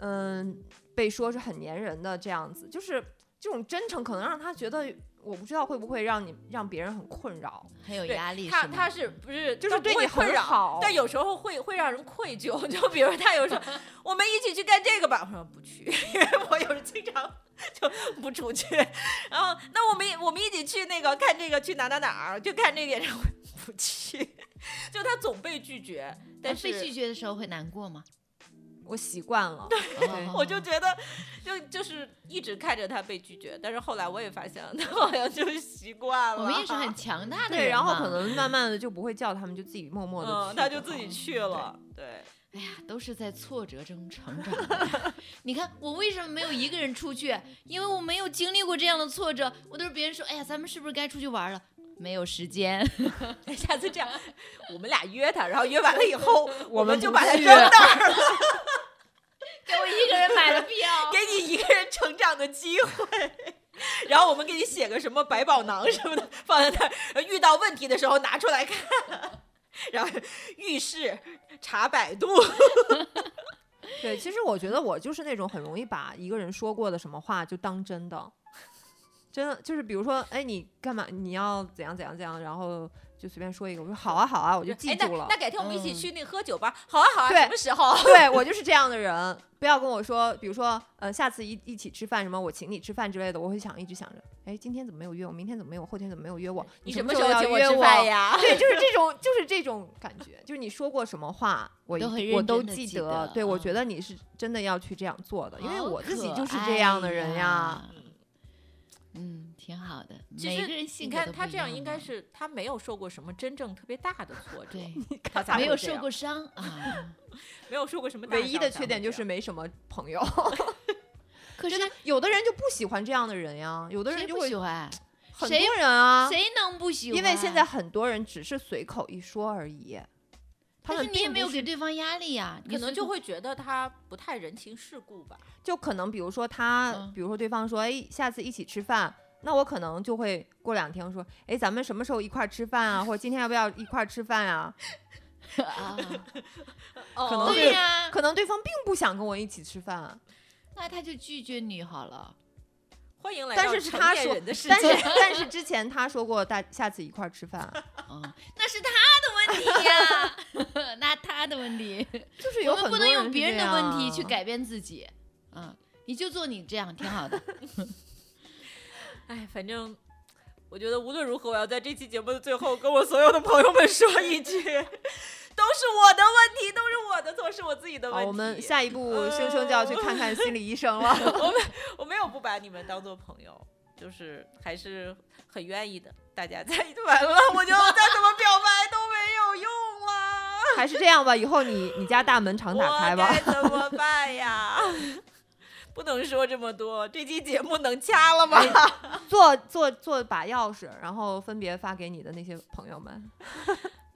Speaker 3: 嗯，被说是很粘人的这样子，就是这种真诚可能让他觉得，我不知道会不会让你让别人很困扰，
Speaker 1: 很有
Speaker 2: 对
Speaker 1: 压力，
Speaker 2: 他
Speaker 1: 是吗
Speaker 2: 他是不是
Speaker 3: 就
Speaker 2: 他
Speaker 3: 是对
Speaker 2: 不会
Speaker 3: 你
Speaker 2: 困
Speaker 3: 很
Speaker 2: 扰
Speaker 1: 哦
Speaker 3: 好，
Speaker 2: 但有时候会会让人愧疚， 就比如他有 时候我们一起去干这个吧，我说不去， 因为我有时候经常 就不出去。 然后那我们一我们一起去那个看这个去哪哪哪儿，就看这个演唱会，不去。 就他总被拒绝，但
Speaker 1: 那被拒
Speaker 2: 是
Speaker 1: 绝的时候会难过吗？
Speaker 3: 我习惯了。
Speaker 1: 哦
Speaker 2: 我就觉得就就是一直看着他被拒绝，但是后来我也发现 他好像就是习惯了。
Speaker 1: 我们也是很强大的人嘛
Speaker 3: 对，然后可能慢慢的就不会叫他们，就自己默默的、
Speaker 2: 嗯，他就自己去了。对，
Speaker 1: 哎呀，都是在挫折中成长的。 你看我为什么没有一个人出去？因为我没有经历过这样的挫折，我都是别人说，哎呀，咱们是不是该出去玩了？没有时间，
Speaker 2: 下次这样，我们俩约他，然后约完了 以后，我们
Speaker 3: 们
Speaker 2: 就
Speaker 3: 不
Speaker 2: 把他
Speaker 3: 去
Speaker 2: 扔 那儿，
Speaker 1: 给我一个人买了票。
Speaker 2: 给你一个人成长的机会。 然后我们给你写个什么百宝囊什么的，放在那儿，然后遇到问题的时候拿出来看。 然后遇事查百度，
Speaker 3: 对，其实我觉得我就是那种很容易把一个人说过的什么话就当真的，真的就是比如说，哎，你干嘛？你要怎样怎样怎样？然后就随便说一个，我说好啊好啊，我就记
Speaker 2: 哎那
Speaker 3: 住了。
Speaker 2: 那改天我们一起
Speaker 1: 嗯
Speaker 2: 去那个喝酒吧，好啊好啊，
Speaker 3: 对
Speaker 2: 什么时候？
Speaker 3: 对我就是这样的人，不要跟我说，比如说，呃，下次一一起吃饭什么，我请你吃饭之类的，我会想一直想着，哎，今天怎么没有约我？明天怎么没有？后天怎么没有约我？
Speaker 2: 你
Speaker 3: 什
Speaker 2: 么
Speaker 3: 时
Speaker 2: 时
Speaker 3: 候
Speaker 2: 候
Speaker 3: 要
Speaker 2: 请
Speaker 3: 约
Speaker 2: 吃饭 呀？
Speaker 3: 对，就是这种，就是这种感觉，就是你说过什么话，我
Speaker 1: 都
Speaker 3: 一
Speaker 1: 很
Speaker 3: 定
Speaker 1: 认
Speaker 3: 我都
Speaker 1: 真地记
Speaker 3: 得。
Speaker 1: 得
Speaker 3: 对，我
Speaker 1: 嗯
Speaker 3: 觉得你是真的要去这样做 的，因为
Speaker 1: 好
Speaker 3: 我自己
Speaker 1: 可
Speaker 3: 就是
Speaker 1: 爱
Speaker 3: 这样的人呀。
Speaker 1: 呀。嗯，挺好的。
Speaker 2: 其
Speaker 1: 每
Speaker 2: 实
Speaker 1: 个人性
Speaker 2: 你
Speaker 1: 格
Speaker 2: 看
Speaker 1: 都不
Speaker 2: 他
Speaker 1: 一
Speaker 2: 这样
Speaker 1: 样
Speaker 2: 应该
Speaker 1: 嘛
Speaker 3: 啊
Speaker 2: 是他没有受过什么真正特别大的挫折，
Speaker 1: 对，
Speaker 2: 他才
Speaker 1: 没
Speaker 2: 会
Speaker 1: 有
Speaker 2: 这
Speaker 1: 受
Speaker 2: 样
Speaker 1: 过伤 啊。
Speaker 2: 没有受过什么大
Speaker 3: 唯一的
Speaker 2: 伤
Speaker 3: 缺
Speaker 2: 才
Speaker 3: 点
Speaker 2: 会
Speaker 3: 就
Speaker 2: 这
Speaker 3: 是
Speaker 2: 样
Speaker 3: 没什么朋友，
Speaker 1: 可是
Speaker 3: 有的人就不喜欢这样的人呀，有的人
Speaker 1: 谁
Speaker 3: 就
Speaker 1: 不
Speaker 3: 会
Speaker 1: 喜欢？
Speaker 3: 很
Speaker 1: 谁
Speaker 3: 多人啊，
Speaker 1: 谁能不喜欢？
Speaker 3: 因为现在，很多人只是随口一说而已，他
Speaker 1: 但
Speaker 3: 们
Speaker 1: 是你也
Speaker 3: 并
Speaker 1: 没有
Speaker 3: 不是
Speaker 1: 给对方压力呀，你
Speaker 2: 可能
Speaker 1: 随
Speaker 2: 就
Speaker 1: 口
Speaker 2: 会觉得他不太人情世故吧。
Speaker 3: 就可能比如说他，
Speaker 1: 嗯
Speaker 3: 比如说对方说，哎，下次一起吃饭，那我可能就会过两天说，哎，咱们什么时候一块儿吃饭啊？或者今天要不要一块儿吃饭啊？
Speaker 1: 啊，
Speaker 2: 哦
Speaker 3: 可能
Speaker 1: 对
Speaker 3: 是
Speaker 1: 呀，
Speaker 3: 可能对方并不想跟我一起吃饭，啊
Speaker 1: 那他就拒绝你好了。
Speaker 2: 欢迎来
Speaker 3: 但
Speaker 2: 到
Speaker 3: 是是
Speaker 2: 成
Speaker 3: 他
Speaker 2: 年
Speaker 3: 说
Speaker 2: 人的世
Speaker 3: 但是
Speaker 2: 界。
Speaker 3: 但是之前他说过大下次一块儿吃饭，啊
Speaker 1: 嗯，那是他的问题呀、 那他的问题，
Speaker 3: 就是有
Speaker 1: 我们
Speaker 3: 很多
Speaker 1: 不能用别人的问题去
Speaker 3: 改。
Speaker 1: 改变自己。嗯，你就做你这样挺 好的。
Speaker 2: 哎，反正我觉得无论如何，我要在这期节目的最后跟我所有的朋友们说一句：都是我的问题，都是我的错，是我自己的问
Speaker 3: 好，
Speaker 2: 题。
Speaker 3: 我们下一步生生就要去看看心理医生 了。
Speaker 2: 我们我没有不把你们当做朋友，就是还是很愿意的。大家在一起完了， 我觉得我再怎么表白都没有用啊了。
Speaker 3: 还是这样吧，以后你你家大门常打开吧。
Speaker 2: 我该怎么办呀？不能说这么多，这期节目能掐了吗？
Speaker 3: 做做做把钥匙，然后分别发给你的那些朋友们，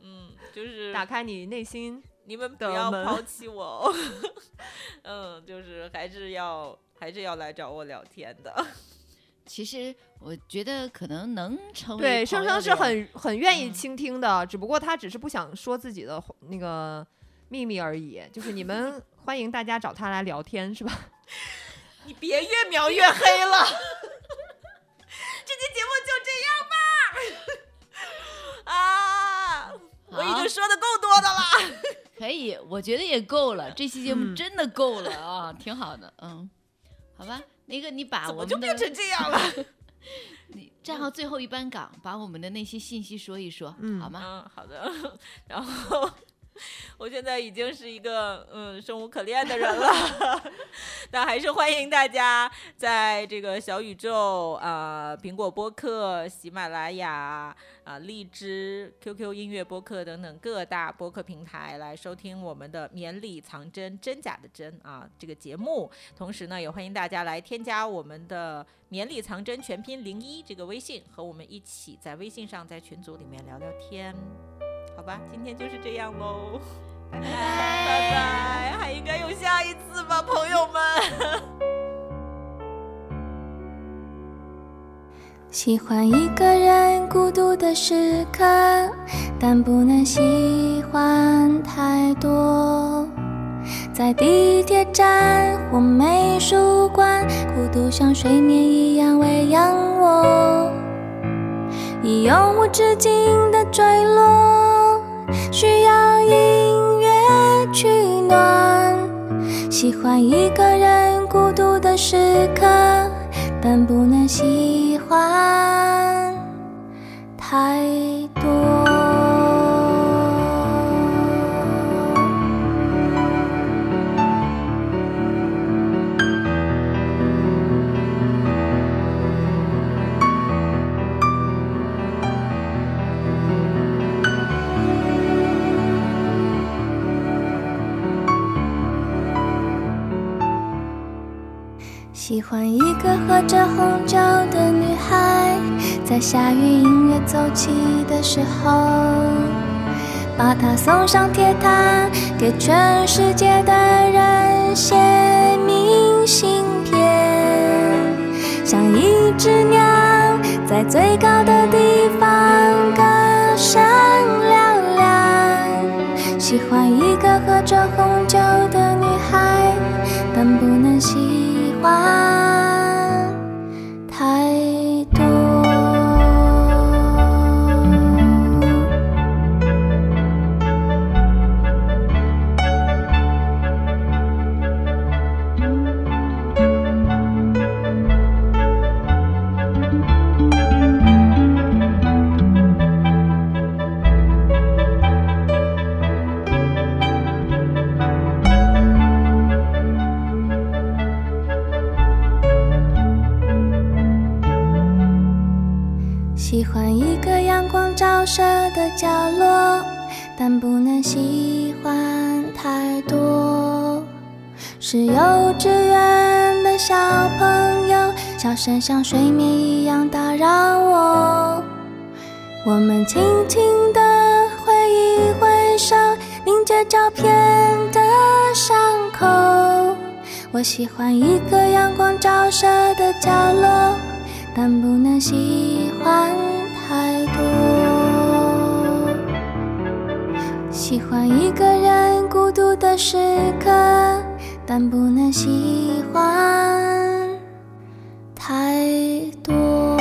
Speaker 2: 嗯，就是
Speaker 3: 打开你内心。
Speaker 2: 你们不
Speaker 3: 的
Speaker 2: 要
Speaker 3: 门
Speaker 2: 抛弃我哦。 嗯，就是还是要还是要来找我聊天的。
Speaker 1: 其实我觉得可能能成为
Speaker 3: 对，
Speaker 1: 朋
Speaker 3: 生
Speaker 1: 友
Speaker 3: 生
Speaker 1: 的
Speaker 3: 是
Speaker 1: 人
Speaker 3: 很很愿意
Speaker 1: 嗯
Speaker 3: 倾听的，只不过他只是不想说自己的那个秘密而已。就是你们 欢迎大家找他来聊天，是吧？
Speaker 2: 你别越描越黑了。 这期节目就这样吧。啊，我已
Speaker 1: 好
Speaker 2: 经说的够多的了。
Speaker 1: 可以，我觉得也够 了，这期节目
Speaker 3: 嗯
Speaker 1: 真的够了啊，挺好的，嗯，好吧，那个你把
Speaker 2: 怎
Speaker 1: 我
Speaker 2: 么就
Speaker 1: 们
Speaker 2: 变
Speaker 1: 的
Speaker 2: 成这样了？
Speaker 1: 你站好最后一班岗，把我们的那些信息说一说，
Speaker 3: 嗯
Speaker 1: 好吗？
Speaker 2: 嗯，好的。 然后我现在已经是一个嗯生无可恋的人了， 但还是欢迎大家在这个小宇宙、啊、苹果播客、喜马拉雅、啊、荔枝、QQ 音乐播客等等各大播客平台来收听我们的“绵里藏针”真假的真啊这个节目。同时呢，也欢迎大家来添加我们的“绵里藏针全拼零一”这个微信，和我们一起在微信上在群组里面聊聊天，好吧？今天就是这样喽，拜拜拜拜，还应该有下一次吧，朋友们。
Speaker 4: 喜欢一个人孤独的时刻，但不能喜欢太多。在地铁站或美术馆，孤独像睡眠一样喂养我，以永无止境的坠落，需要音乐取暖。喜欢一个人孤独的时刻，但不能喜欢太多。喜欢一个喝着红酒的女孩，在下雨音乐奏起的时候，把她送上铁塔，给全世界的人写明信片，像一只鸟在最高的地方歌声嘹亮。喜欢一个喝着红酒的女孩。但不能喜欢太多。喜欢一个阳光照射的角落，但不能喜欢太多。是幼稚园的小朋友，笑声像睡眠一样打扰我。我们轻轻地挥一挥手，凝结照片的伤口。我喜欢一个阳光照射的角落。但不能喜欢太多。喜欢一个人孤独的时刻，但不能喜欢太多。